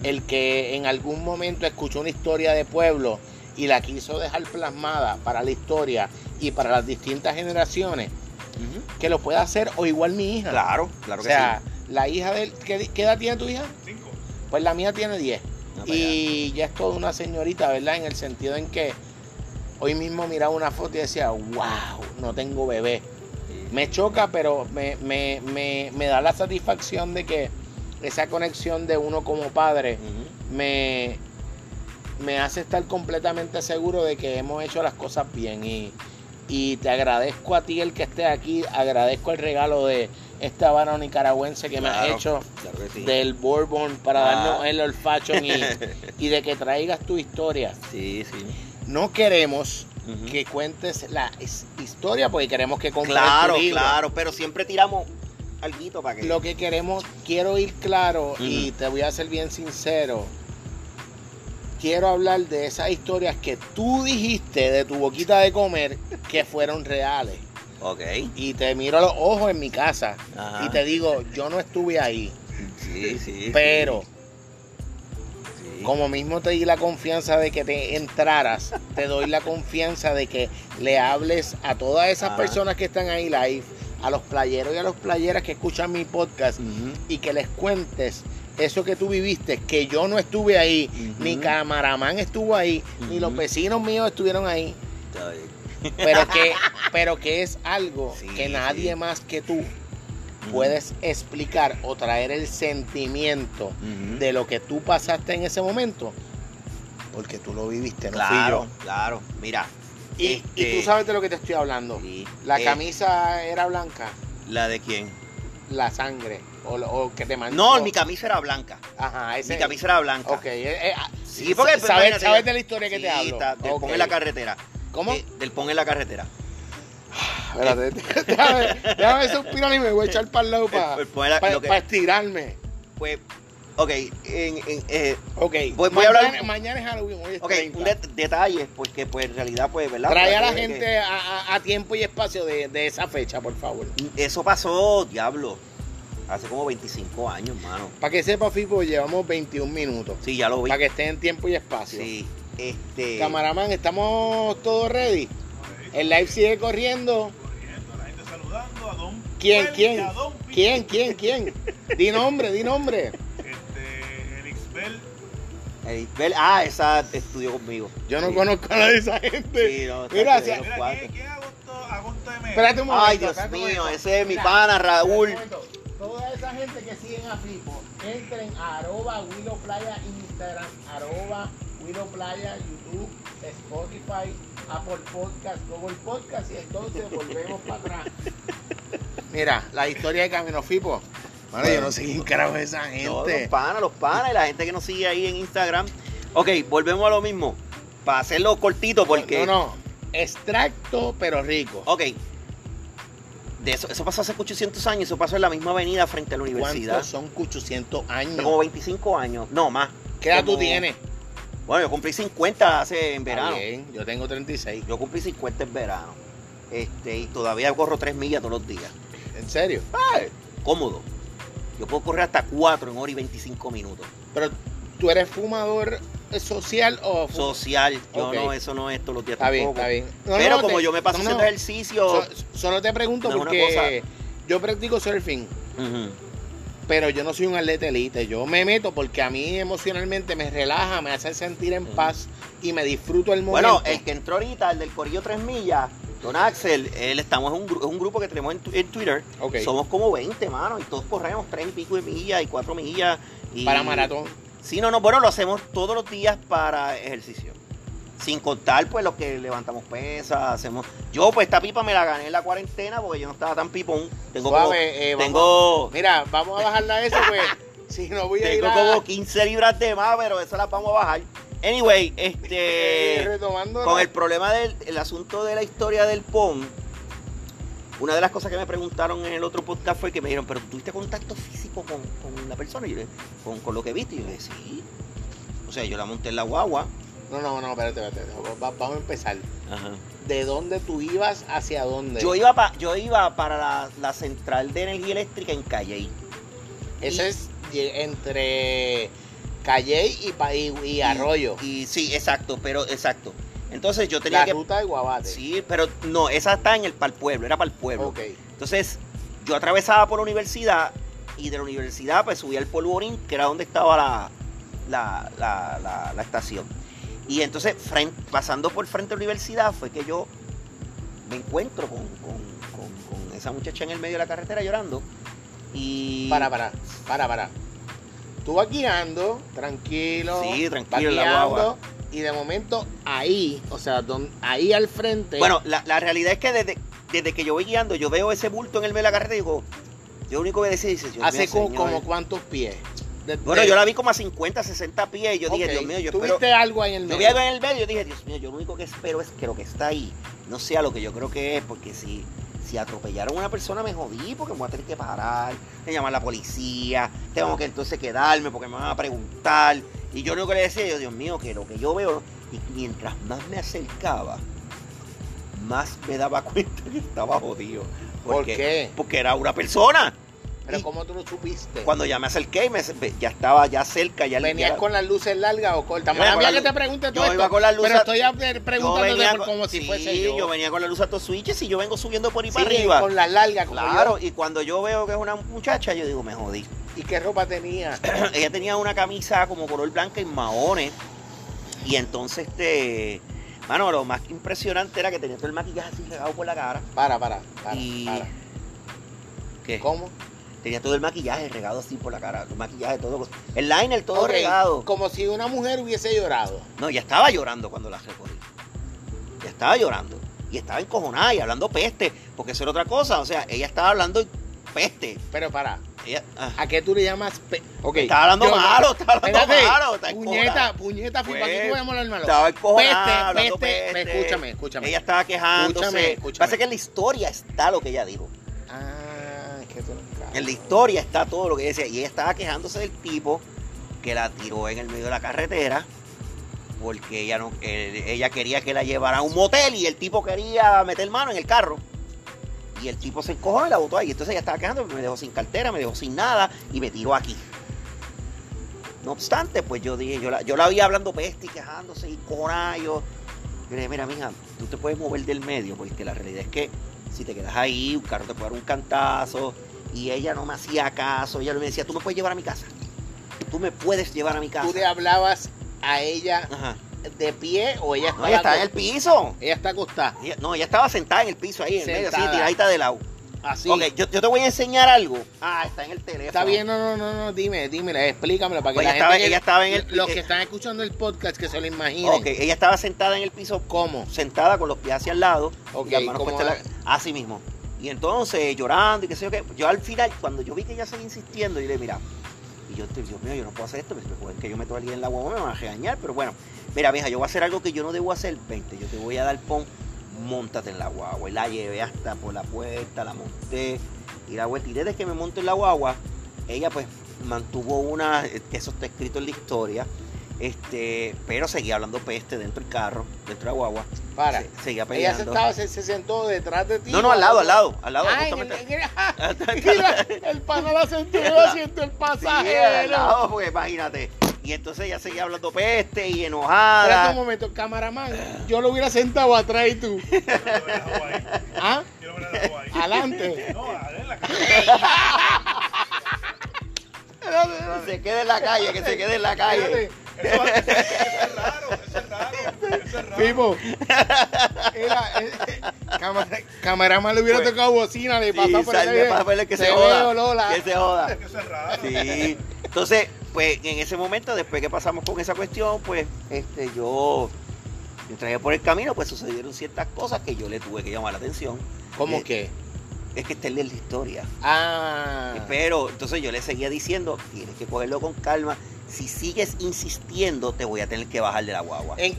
Speaker 1: el que en algún momento escuchó una historia de pueblo y la quiso dejar plasmada para la historia y para las distintas generaciones,
Speaker 2: Ujú.
Speaker 1: que lo pueda hacer o igual mi hija.
Speaker 2: Claro, claro
Speaker 1: o
Speaker 2: que
Speaker 1: sea, la hija de él, ¿qué, qué edad tiene tu hija?
Speaker 3: Cinco.
Speaker 1: Pues la mía tiene 10.
Speaker 2: sí. Ah, para allá.
Speaker 1: y ya es toda una señorita, ¿verdad? En el sentido en que hoy mismo miraba una foto y decía, wow, no tengo bebé. Me choca, pero me, me- me- me da la satisfacción de que esa conexión de uno como padre
Speaker 2: Ujú.
Speaker 1: me, me hace estar completamente seguro de que hemos hecho las cosas bien y, y te agradezco a ti el que esté aquí, agradezco el regalo de este habano nicaragüense que me
Speaker 2: Claro,
Speaker 1: has hecho
Speaker 2: Claro que sí.
Speaker 1: del Bourbon para
Speaker 2: Ah.
Speaker 1: darnos el olfachón y, y de que traigas tu historia.
Speaker 2: Sí, sí.
Speaker 1: No queremos
Speaker 2: Ujú.
Speaker 1: que cuentes la his- historia porque queremos que compres
Speaker 2: Claro,
Speaker 1: tu libro.
Speaker 2: claro, pero siempre tiramos algo para que.
Speaker 1: Lo que queremos, quiero ir claro y
Speaker 2: Ujú.
Speaker 1: te voy a ser bien sincero. Quiero hablar de esas historias que tú dijiste de tu boquita de comer que fueron reales.
Speaker 2: Ok.
Speaker 1: Y te miro a los ojos en mi casa
Speaker 2: Ajá.
Speaker 1: y te digo, yo no estuve ahí,
Speaker 2: Sí, sí.
Speaker 1: pero
Speaker 2: Sí.
Speaker 1: Como mismo te di la confianza de que te entraras, te doy la confianza de que le hables a todas esas
Speaker 2: Ah.
Speaker 1: personas que están ahí live, a los playeros y a las playeras que escuchan mi podcast
Speaker 2: Ujú.
Speaker 1: y que les cuentes eso que tú viviste, que yo no estuve ahí,
Speaker 2: Ujú.
Speaker 1: ni camaraman estuvo ahí, ni los
Speaker 2: Ujú.
Speaker 1: vecinos míos estuvieron ahí,
Speaker 2: Está bien.
Speaker 1: pero que, pero que es algo
Speaker 2: Sí,
Speaker 1: que nadie
Speaker 2: sí.
Speaker 1: más que tú puedes explicar o traer el sentimiento
Speaker 2: Ujú.
Speaker 1: de lo que tú pasaste en ese momento, porque tú lo viviste, no
Speaker 2: Claro,
Speaker 1: fui yo.
Speaker 2: claro. Mira.
Speaker 1: Y, y
Speaker 2: este,
Speaker 1: tú sabes de lo que te estoy hablando.
Speaker 2: sí,
Speaker 1: La
Speaker 2: eh,
Speaker 1: camisa era blanca,
Speaker 2: ¿La de quién?
Speaker 1: la sangre, o, lo- o que te manchó.
Speaker 2: No, mi camisa era blanca.
Speaker 1: Ajá, ese.
Speaker 2: Mi camisa era blanca.
Speaker 1: Ok, eh, eh, ah,
Speaker 2: Sí, porque pues,
Speaker 1: sabes,
Speaker 2: imagínate,
Speaker 1: sabes
Speaker 2: yo-
Speaker 1: de la historia que
Speaker 2: Sí,
Speaker 1: te hablo.
Speaker 2: está, del
Speaker 1: Ok.
Speaker 2: pon en la carretera.
Speaker 1: ¿Cómo?
Speaker 2: Eh, del pon en la carretera.
Speaker 1: Espérate, déjame, déjame suspirar y me voy a echar para el lado para
Speaker 2: El- el pon en la- Pues, lo que-
Speaker 1: estirarme.
Speaker 2: Pues, ok, en, en, eh,
Speaker 1: Ok,
Speaker 2: Voy- voy a
Speaker 1: mañana,
Speaker 2: hablar-
Speaker 1: mañana es Halloween, hoy es
Speaker 2: ok,
Speaker 1: 30.
Speaker 2: un det- detalle, porque pues en realidad, pues, ¿verdad?
Speaker 1: Trae a
Speaker 2: Para
Speaker 1: la
Speaker 2: que-
Speaker 1: gente a, a- a tiempo y espacio de, de esa fecha, por favor.
Speaker 2: que- Eso pasó, diablo. Hace como 25 años, hermano.
Speaker 1: Para que sepa, Fico, llevamos 21 minutos.
Speaker 2: Sí, ya lo vi.
Speaker 1: Para que estén en tiempo y espacio.
Speaker 2: Sí, este.
Speaker 1: Camaraman, ¿estamos todos ready?
Speaker 3: Ok,
Speaker 1: El live sigue corriendo.
Speaker 3: corriendo, la gente saludando a Don
Speaker 1: ¿Quién,
Speaker 3: Félix,
Speaker 1: quién?
Speaker 3: a Don Pichi.
Speaker 1: ¿Quién, quién, quién? Di nombre, di nombre.
Speaker 3: Este, el Xbel,
Speaker 2: el- Bel- ah, esa estudió conmigo.
Speaker 1: Yo no
Speaker 2: Sí.
Speaker 1: conozco a nadie de esa gente.
Speaker 2: Sí, no, está
Speaker 1: Mira,
Speaker 2: bien.
Speaker 1: hacia-
Speaker 2: Los
Speaker 3: Mira,
Speaker 2: cuatro.
Speaker 3: ¿quién, quién agosto, agosto de mes?
Speaker 1: espérate un momento.
Speaker 2: Ay, Dios
Speaker 1: espérate un
Speaker 2: mío,
Speaker 1: momento.
Speaker 2: ese es mi
Speaker 1: Mira,
Speaker 2: pana,
Speaker 1: espérate un
Speaker 2: Raúl.
Speaker 1: momento. Toda esa gente que siguen a Fico, entren a arroba Willow Playa Instagram, arroba Willow Playa, YouTube, Spotify, Apple Podcast, Google Podcast y entonces volvemos para atrás. Mira, la historia de Camino Fipo. Bueno, yo no sé quién carajo es esa
Speaker 2: No, los
Speaker 1: gente.
Speaker 2: panas, los panas y la gente que nos sigue ahí en Instagram. Ok, volvemos a lo mismo. Para hacerlo cortito, porque. Oh,
Speaker 1: No, no. Extracto, pero rico.
Speaker 2: Ok. De eso, eso pasó hace 800 años, eso pasó en la misma avenida frente a la universidad.
Speaker 1: ¿Cuántos son 800
Speaker 2: Como
Speaker 1: años?
Speaker 2: 25 años. No, más.
Speaker 1: ¿Qué edad tú
Speaker 2: Como-
Speaker 1: tienes?
Speaker 2: Bueno, yo cumplí 50 hace en verano.
Speaker 1: Está bien, yo tengo 36.
Speaker 2: Yo cumplí 50 en verano. Este, y todavía corro 3 millas todos los días.
Speaker 1: ¿En serio?
Speaker 2: Cómodo. Yo puedo correr hasta 4 en hora y 25 minutos.
Speaker 1: Pero tú eres fumador social o fu-
Speaker 2: Social, yo
Speaker 1: Ok.
Speaker 2: no, eso no es todos los días
Speaker 1: Está bien,
Speaker 2: tampoco.
Speaker 1: está bien. No,
Speaker 2: Pero
Speaker 1: no,
Speaker 2: como
Speaker 1: te-
Speaker 2: yo me paso
Speaker 1: no, no.
Speaker 2: haciendo ejercicio.
Speaker 1: So- solo te pregunto
Speaker 2: No, una
Speaker 1: porque yo practico surfing,
Speaker 2: Ujú.
Speaker 1: pero yo no soy un atleta elite. Yo me meto porque a mí emocionalmente me relaja, me hace sentir en
Speaker 2: Ujú.
Speaker 1: paz y me disfruto el momento.
Speaker 2: Bueno, eh, el que entró ahorita, el del Corillo 3 Millas, Don Axel, él estamos en un, gru- es un grupo que tenemos en, tu- en Twitter.
Speaker 1: Ok.
Speaker 2: Somos como 20, mano, y todos corremos 3 y pico de millas y 4 millas. Y...
Speaker 1: para maratón.
Speaker 2: Sí, no, no, bueno, lo hacemos todos los días para ejercicio. Sin contar, pues, los que levantamos pesas, hacemos... Yo, pues, esta pipa me la gané en la cuarentena porque yo no estaba tan pipón. Tengo como...
Speaker 1: Suave, eh, vamos-
Speaker 2: tengo...
Speaker 1: Mira, vamos a bajarla a eso, pues. si no voy a ir
Speaker 2: Tengo
Speaker 1: a...
Speaker 2: como 15 libras de más, pero esas las vamos a bajar. Anyway, este...
Speaker 1: eh, retomando
Speaker 2: Con
Speaker 1: la-
Speaker 2: el problema del el asunto de la historia del POM, una de las cosas que me preguntaron en el otro podcast fue que me dijeron, pero ¿tú tuviste contacto físico con, con la persona? Y yo le- con, con lo que viste. Y yo le dije, sí. O sea, yo la monté en la guagua.
Speaker 1: No, no, no, espérate, espérate. Va- Vamos a empezar. ¿De dónde tú ibas hacia dónde?
Speaker 2: Yo iba, pa- yo iba para la, la central de energía eléctrica en Calle.
Speaker 1: Eso
Speaker 2: Y-
Speaker 1: es ye- entre Calle y, pa- y, y Arroyo.
Speaker 2: Y sí, exacto, pero exacto. Entonces yo tenía
Speaker 1: la
Speaker 2: que...
Speaker 1: ruta de Guabate.
Speaker 2: Sí, pero no, esa está en el, para el pueblo, era para el pueblo.
Speaker 1: Ok.
Speaker 2: Entonces, yo atravesaba por la universidad y de la universidad pues subía al polvorín, que era donde estaba la, la, la- la- la estación. Y entonces, fren- pasando por frente a la universidad, fue que yo me encuentro con, con- con- con esa muchacha en el medio de la carretera llorando. Y
Speaker 1: Para, para, para, para. Tú vas guiando, tranquilo.
Speaker 2: Sí,
Speaker 1: vas
Speaker 2: tranquilo, la
Speaker 1: guiando,
Speaker 2: guagua.
Speaker 1: Y de momento ahí, o sea, don- ahí al frente.
Speaker 2: Bueno, la, la realidad es que desde, desde que yo voy guiando, yo veo ese bulto en el medio de la carretera y digo, yo lo único que decía dice, Dios
Speaker 1: hace
Speaker 2: mío,
Speaker 1: como,
Speaker 2: señor.
Speaker 1: como cuántos pies. De-
Speaker 2: Bueno,
Speaker 1: de-
Speaker 2: yo la vi como a 50, 60 pies y yo
Speaker 1: Ok,
Speaker 2: dije, Dios mío, yo
Speaker 1: ¿Tú
Speaker 2: espero...
Speaker 1: viste algo ahí en el
Speaker 2: Yo
Speaker 1: medio?
Speaker 2: vi algo en el medio y dije, Dios mío, yo lo único que espero es que lo que está ahí no sea lo que yo creo que es, porque si, si atropellaron a una persona me jodí, porque me voy a tener que parar, que llamar a la policía, tengo que entonces quedarme porque me van a preguntar. Y yo lo que le decía, yo, Dios mío, que lo que yo veo, y mientras más me acercaba, más me daba cuenta que estaba jodido.
Speaker 1: ¿Por qué?
Speaker 2: Porque era una persona.
Speaker 1: Pero
Speaker 2: Y-
Speaker 1: ¿cómo tú lo supiste?
Speaker 2: Cuando ya me acerqué, y me, ya estaba ya cerca. Ya
Speaker 1: ¿Venías
Speaker 2: ya-
Speaker 1: con las luces largas o cortas?
Speaker 2: Yo
Speaker 1: Mira,
Speaker 2: venía con
Speaker 1: mira
Speaker 2: la
Speaker 1: que
Speaker 2: luz-
Speaker 1: te pregunte
Speaker 2: yo
Speaker 1: todo
Speaker 2: iba
Speaker 1: esto,
Speaker 2: con la luz
Speaker 1: pero
Speaker 2: a-
Speaker 1: estoy a- preguntándote
Speaker 2: yo venía
Speaker 1: por-
Speaker 2: con-
Speaker 1: como si
Speaker 2: sí,
Speaker 1: fuese yo.
Speaker 2: venía con la luz a todos switches y yo vengo subiendo por ahí
Speaker 1: Sí,
Speaker 2: para arriba.
Speaker 1: con las largas, como
Speaker 2: Claro, y cuando yo veo que es una muchacha, yo digo, me jodí.
Speaker 1: yo. ¿Y qué ropa tenía?
Speaker 2: Ella tenía una camisa como color blanca y maones. Y entonces, este. Mano, lo más impresionante era que tenía todo el maquillaje así regado por la cara.
Speaker 1: Para, para, para,
Speaker 2: Y- eh,
Speaker 1: para.
Speaker 2: ¿Qué?
Speaker 1: ¿Cómo?
Speaker 2: Tenía todo el maquillaje regado así por la cara. El maquillaje, todo. El liner todo
Speaker 1: Ok,
Speaker 2: regado.
Speaker 1: Como si una mujer hubiese llorado.
Speaker 2: No, ya estaba llorando cuando la recogí. Ya estaba llorando. Y estaba encojonada y hablando peste. Porque eso era otra cosa. O sea, ella estaba hablando peste.
Speaker 1: Pero para,
Speaker 2: Ella, ah,
Speaker 1: ¿a qué tú le llamas? pe- Ok.
Speaker 2: Estaba hablando
Speaker 1: Yo-
Speaker 2: malo, estaba hablando
Speaker 1: Espérate,
Speaker 2: malo. Estaba
Speaker 1: puñeta,
Speaker 2: encojonada.
Speaker 1: puñeta,
Speaker 2: Pues,
Speaker 1: fijo, aquí tú vemos malo.
Speaker 2: Estaba encojonada,
Speaker 1: Peste,
Speaker 2: hablando
Speaker 1: peste,
Speaker 2: peste.
Speaker 1: escúchame, escúchame.
Speaker 2: Ella estaba quejándose.
Speaker 1: Escúchame, escúchame.
Speaker 2: Pasa que en la historia está lo que ella dijo.
Speaker 1: Ah, es que tú no sabes.
Speaker 2: En la historia está todo lo que decía. Y ella estaba quejándose del tipo que la tiró en el medio de la carretera porque ella no él- ella quería que la llevara a un motel y el tipo quería meter mano en el carro. Y el tipo se encojó y la botó ahí. Entonces ella estaba quejando, me dejó sin cartera, me dejó sin nada y me tiró aquí. No obstante, pues yo dije, yo la, yo la vi hablando peste y quejándose y cojonada. y Yo, yo le dije, mira, mija, tú te puedes mover del medio, porque la realidad es que si te quedas ahí, un carro te puede dar un cantazo. Y ella no me hacía caso, ella me decía, tú me puedes llevar a mi casa. Tú me puedes llevar a mi casa.
Speaker 1: ¿Tú le hablabas a ella
Speaker 2: Ajá.
Speaker 1: de pie o ella
Speaker 2: No,
Speaker 1: estaba
Speaker 2: ella estaba en el
Speaker 1: acost-
Speaker 2: piso.
Speaker 1: Ella está acostada,
Speaker 2: Ella- no, ella estaba sentada en el piso ahí, en medio, así,
Speaker 1: Sentada.
Speaker 2: tiradita de lado.
Speaker 1: así.
Speaker 2: Ok, yo, yo te voy a enseñar algo. Ah, está en el teléfono.
Speaker 1: Está bien, no, no, no, no, dime, dímela, explícamelo para que
Speaker 2: Pues
Speaker 1: la
Speaker 2: ella estaba-
Speaker 1: gente que-
Speaker 2: ella estaba en el-
Speaker 1: los que
Speaker 2: eh,
Speaker 1: están escuchando el podcast que se lo imaginen.
Speaker 2: Ok, ella estaba sentada en el piso,
Speaker 1: ¿Cómo?
Speaker 2: sentada con los pies hacia el lado.
Speaker 1: Ok,
Speaker 2: y las manos
Speaker 1: ¿cómo
Speaker 2: puestas en
Speaker 1: era?
Speaker 2: la- Así mismo. Y entonces, llorando y qué sé yo qué. Yo al final, cuando yo vi que ella seguía insistiendo, yo le dije, mira, y yo, Dios mío, yo no puedo hacer esto, porque si me joden que yo meto a alguien en la guagua, me van a regañar, pero bueno, mira, mija, yo voy a hacer algo que yo no debo hacer, 20, yo te voy a dar pon, montate en la guagua. Y la llevé hasta por la puerta, la monté, y la vuelta. Y desde que me monto en la guagua, ella pues mantuvo una, eh, que eso está escrito en la historia, este, pero seguía hablando peste dentro del carro, dentro de la guagua.
Speaker 1: Para.
Speaker 2: Se- seguía
Speaker 1: Ella se,
Speaker 2: peleando.
Speaker 1: estaba, se, se sentó detrás de ti.
Speaker 2: No, no, al lado, al lado, al lado,
Speaker 1: Ah, en el,
Speaker 2: justamente.
Speaker 1: en el- ah,
Speaker 2: Hasta el
Speaker 1: mira, el pana la sentó en el asiento del
Speaker 2: Sí,
Speaker 1: pasajero.
Speaker 2: al lado, porque imagínate. Y entonces ella seguía hablando peste y
Speaker 1: Espérate un
Speaker 2: enojada.
Speaker 1: momento, camaraman. Yo lo hubiera sentado atrás y tú.
Speaker 3: Yo no me la juego ahí.
Speaker 1: ¿Ah?
Speaker 3: Yo no me la juego ahí.
Speaker 1: Adelante.
Speaker 3: No, a ver, la cara.
Speaker 2: Que se quede en la calle, que se quede en la calle.
Speaker 1: Espérate.
Speaker 3: Eso, eso es raro, eso es raro. Eso es raro.
Speaker 1: Pipo. Era, eh, cámara- camaraman le hubiera
Speaker 2: Pues,
Speaker 1: tocado bocina, le
Speaker 2: Sí,
Speaker 1: pasaba por
Speaker 2: sal-
Speaker 1: ahí.
Speaker 2: me pasa por el que
Speaker 1: Te
Speaker 2: se
Speaker 1: veo, Lola.
Speaker 2: joda. Que se joda.
Speaker 3: Eso es raro.
Speaker 2: Sí. Entonces, pues en ese momento, después que pasamos con esa cuestión, pues este, yo me traje por el camino, pues sucedieron ciertas cosas que yo le tuve que llamar la atención.
Speaker 1: ¿Cómo
Speaker 2: Eh,
Speaker 1: que?
Speaker 2: Es que está en la historia.
Speaker 1: Ah.
Speaker 2: Pero entonces yo le seguía diciendo, tienes que cogerlo con calma. Si sigues insistiendo, te voy a tener que bajar de la guagua.
Speaker 1: En-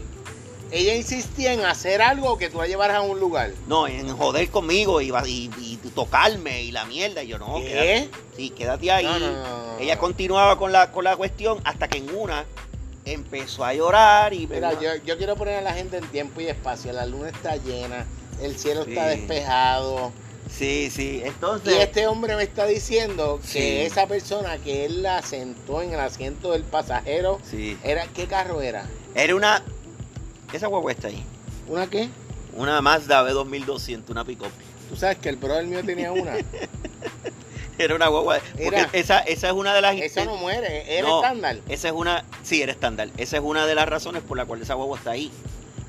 Speaker 1: ella insistía en hacer algo que tú la llevaras a un lugar.
Speaker 2: No, en joder conmigo y, va- y- y tocarme y la mierda. Y yo, no, quédate,
Speaker 1: ¿Qué?
Speaker 2: sí, quédate ahí.
Speaker 1: No, no, no, no,
Speaker 2: Ella
Speaker 1: no.
Speaker 2: continuaba con la, con la cuestión hasta que en una empezó a llorar y...
Speaker 1: Mira, yo, yo quiero poner a la gente en tiempo y espacio. La luna está llena, el cielo está
Speaker 2: Sí.
Speaker 1: despejado.
Speaker 2: Sí, sí,
Speaker 1: Y
Speaker 2: entonces...
Speaker 1: este hombre me está diciendo que
Speaker 2: Sí.
Speaker 1: esa persona que él la sentó en el asiento del pasajero,
Speaker 2: Sí.
Speaker 1: era ¿qué carro era?
Speaker 2: Era una... Esa guagua está ahí.
Speaker 1: ¿Una qué?
Speaker 2: Una Mazda B2200, una pick
Speaker 1: Tú sabes que el brother mío tenía una.
Speaker 2: Era una guagua... Porque
Speaker 1: Era.
Speaker 2: esa, esa es una de las...
Speaker 1: Esa no muere, era
Speaker 2: No.
Speaker 1: estándar.
Speaker 2: Esa es una, sí, era estándar. Esa es una de las razones por la cual esa guagua está ahí.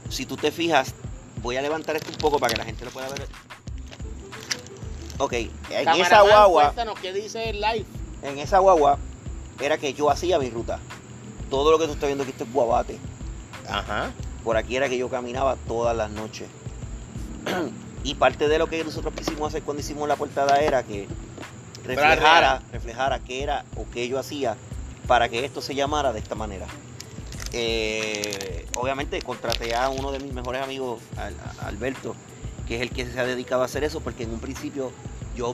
Speaker 2: Si tú te fijas, voy a levantar esto un poco para que la gente lo pueda ver. Ok, en esa
Speaker 1: Camaraman,
Speaker 2: guagua,
Speaker 1: Cuéntanos qué dice el live.
Speaker 2: en esa guagua era que yo hacía mi ruta. Todo lo que tú estás viendo aquí esto es guabate.
Speaker 1: Ajá.
Speaker 2: Por aquí era que yo caminaba todas las noches. y parte de lo que nosotros quisimos hacer cuando hicimos la portada era que reflejara, reflejara qué era o qué yo hacía para que esto se llamara de esta manera. Eh, obviamente contraté a uno de mis mejores amigos, al- a- Alberto, que es el que se ha dedicado a hacer eso, porque en un principio yo,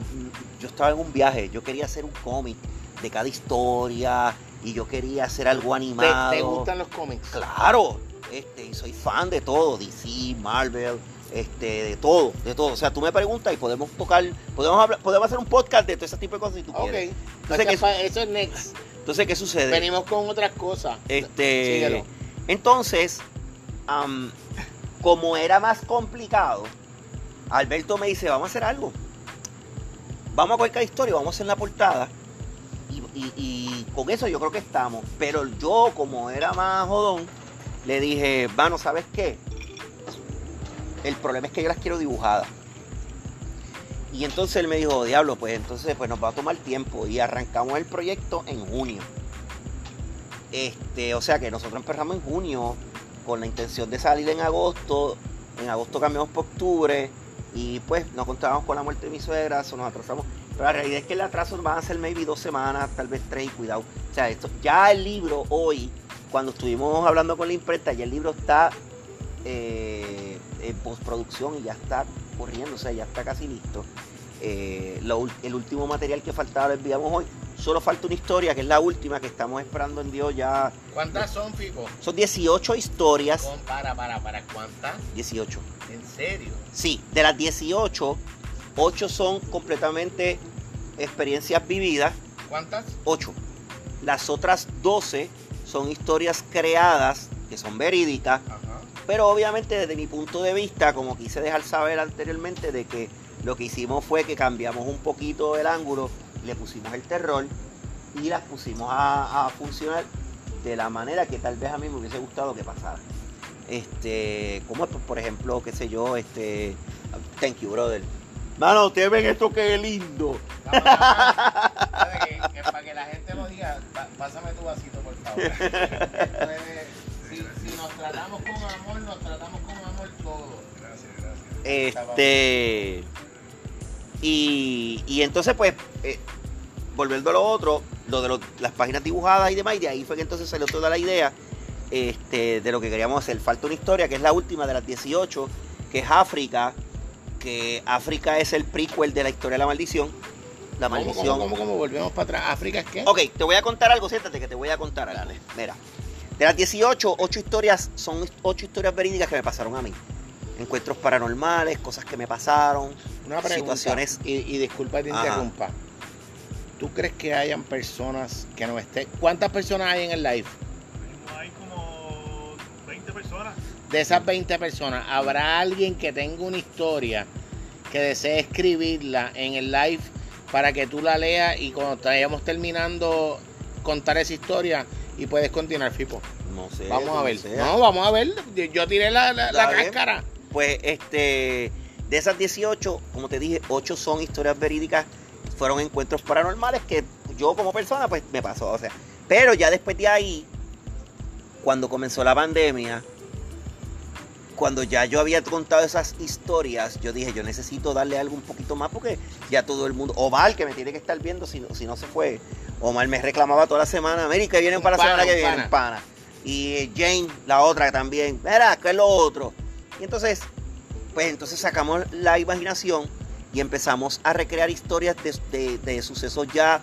Speaker 2: yo estaba en un viaje, yo quería hacer un cómic de cada historia y yo quería hacer algo
Speaker 1: ¿Te,
Speaker 2: animado.
Speaker 1: te gustan los cómics?
Speaker 2: Claro, este, y soy fan de todo, DC, Marvel, este, de todo, de todo. O sea, tú me preguntas y podemos tocar, podemos hablar, podemos hacer un podcast de todo ese tipo de cosas si tú
Speaker 1: Ok.
Speaker 2: quieres.
Speaker 1: Entonces,
Speaker 2: Entonces, ¿qué,
Speaker 1: pa- eso es next.
Speaker 2: entonces, ¿qué sucede?
Speaker 1: Venimos con otras cosas.
Speaker 2: Este,
Speaker 1: Síguelo.
Speaker 2: Entonces, am, como era más complicado, Alberto me dice, vamos a hacer algo. Vamos a cualquier historia, vamos a hacer la portada. Y, y- y con eso yo creo que estamos. Pero yo, como era más jodón, le dije, vano, ¿sabes qué? El problema es que yo las quiero dibujadas. Y entonces él me dijo, diablo, pues entonces pues nos va a tomar tiempo. Y arrancamos el proyecto en junio. Este, o sea que nosotros empezamos en junio con la intención de salir en agosto. En agosto cambiamos por octubre. Y pues no contábamos con la muerte de mi suegra, eso nos atrasamos. Pero la realidad es que el atraso van a ser maybe dos semanas, tal vez tres, y cuidado. O sea, esto, ya el libro hoy, cuando estuvimos hablando con la imprenta, ya el libro está eh, en postproducción y ya está corriendo, o sea, ya está casi listo. Eh, lo ul- el último material que faltaba lo enviamos hoy. Solo falta una historia, que es la última que estamos esperando en Dios ya.
Speaker 4: ¿Cuántas son, Fico?
Speaker 2: Son 18 historias.
Speaker 4: Con, para, para, para. ¿Cuántas?
Speaker 2: 18.
Speaker 4: ¿En serio?
Speaker 2: Sí, de las 18, 8 son completamente experiencias vividas.
Speaker 4: ¿Cuántas?
Speaker 2: 8. Las otras 12 son historias creadas, que son verídicas,
Speaker 4: Ajá.
Speaker 2: pero obviamente desde mi punto de vista, como quise dejar saber anteriormente, de que lo que hicimos fue que cambiamos un poquito el ángulo, le pusimos el terror y las pusimos a, a funcionar de la manera que tal vez a mí me hubiese gustado que pasara. Este, como pues, por ejemplo, qué sé yo, este, thank you, brother. Mano, ustedes ven esto que lindo.
Speaker 4: Vamos, vamos. Espérate que, que para que la gente lo diga, pa- pásame tu vasito, por favor. Puede- si, si nos tratamos con amor, nos tratamos con amor todos.
Speaker 3: Gracias, gracias.
Speaker 2: Este. Y, y entonces, pues, eh, volviendo a lo otro, lo de los- las páginas dibujadas y demás, y de ahí fue que entonces salió toda la idea este, de lo que queríamos hacer. Falta una historia, que es la última de las 18, que es África, que África es el prequel de la historia de la maldición. La
Speaker 1: ¿Cómo,
Speaker 2: maldición.
Speaker 1: cómo, cómo, cómo? Volvemos para atrás. ¿África es qué?
Speaker 2: Ok, te voy a contar algo, siéntate que te voy a contar algo. Mira, de las 18, 8 historias son 8 historias verídicas que me pasaron a mí. Encuentros paranormales, cosas que me pasaron.
Speaker 1: Una pregunta.
Speaker 2: Situaciones-
Speaker 1: Y, y disculpa que te
Speaker 2: Ajá.
Speaker 1: interrumpa. ¿Tú crees que hayan personas que no estén? ¿Cuántas personas hay en el live?
Speaker 3: um
Speaker 5: No hay como 20
Speaker 3: né?
Speaker 5: personas.
Speaker 1: De esas 20 personas, ¿habrá alguien que tenga una historia que desee escribirla en el live para que tú la leas y cuando estemos terminando contar esa historia y puedes continuar, Fipo?
Speaker 2: No sé.
Speaker 1: Vamos a
Speaker 2: no
Speaker 1: ver.
Speaker 2: sé.
Speaker 1: No, vamos a ver. Yo- Yo tiré la, la, la
Speaker 2: Está bien.
Speaker 1: cáscara.
Speaker 2: Pues este, de esas 18, como te dije, 8 son historias verídicas, fueron encuentros paranormales que yo como persona pues me pasó, o sea, pero ya después de ahí, cuando comenzó la pandemia, cuando ya yo había contado esas historias, yo dije, yo necesito darle algo un poquito más porque ya todo el mundo, Omar que me tiene que estar viendo si no, si no se fue, Omar me reclamaba toda la semana, mira, ¿y que vienen
Speaker 1: Un
Speaker 2: para
Speaker 1: pana,
Speaker 2: la semana que
Speaker 1: un
Speaker 2: viene, pana. Y eh, Jane, la otra también, mira, ¿qué es lo otro? Y entonces, pues entonces sacamos la imaginación y empezamos a recrear historias de, de- de sucesos ya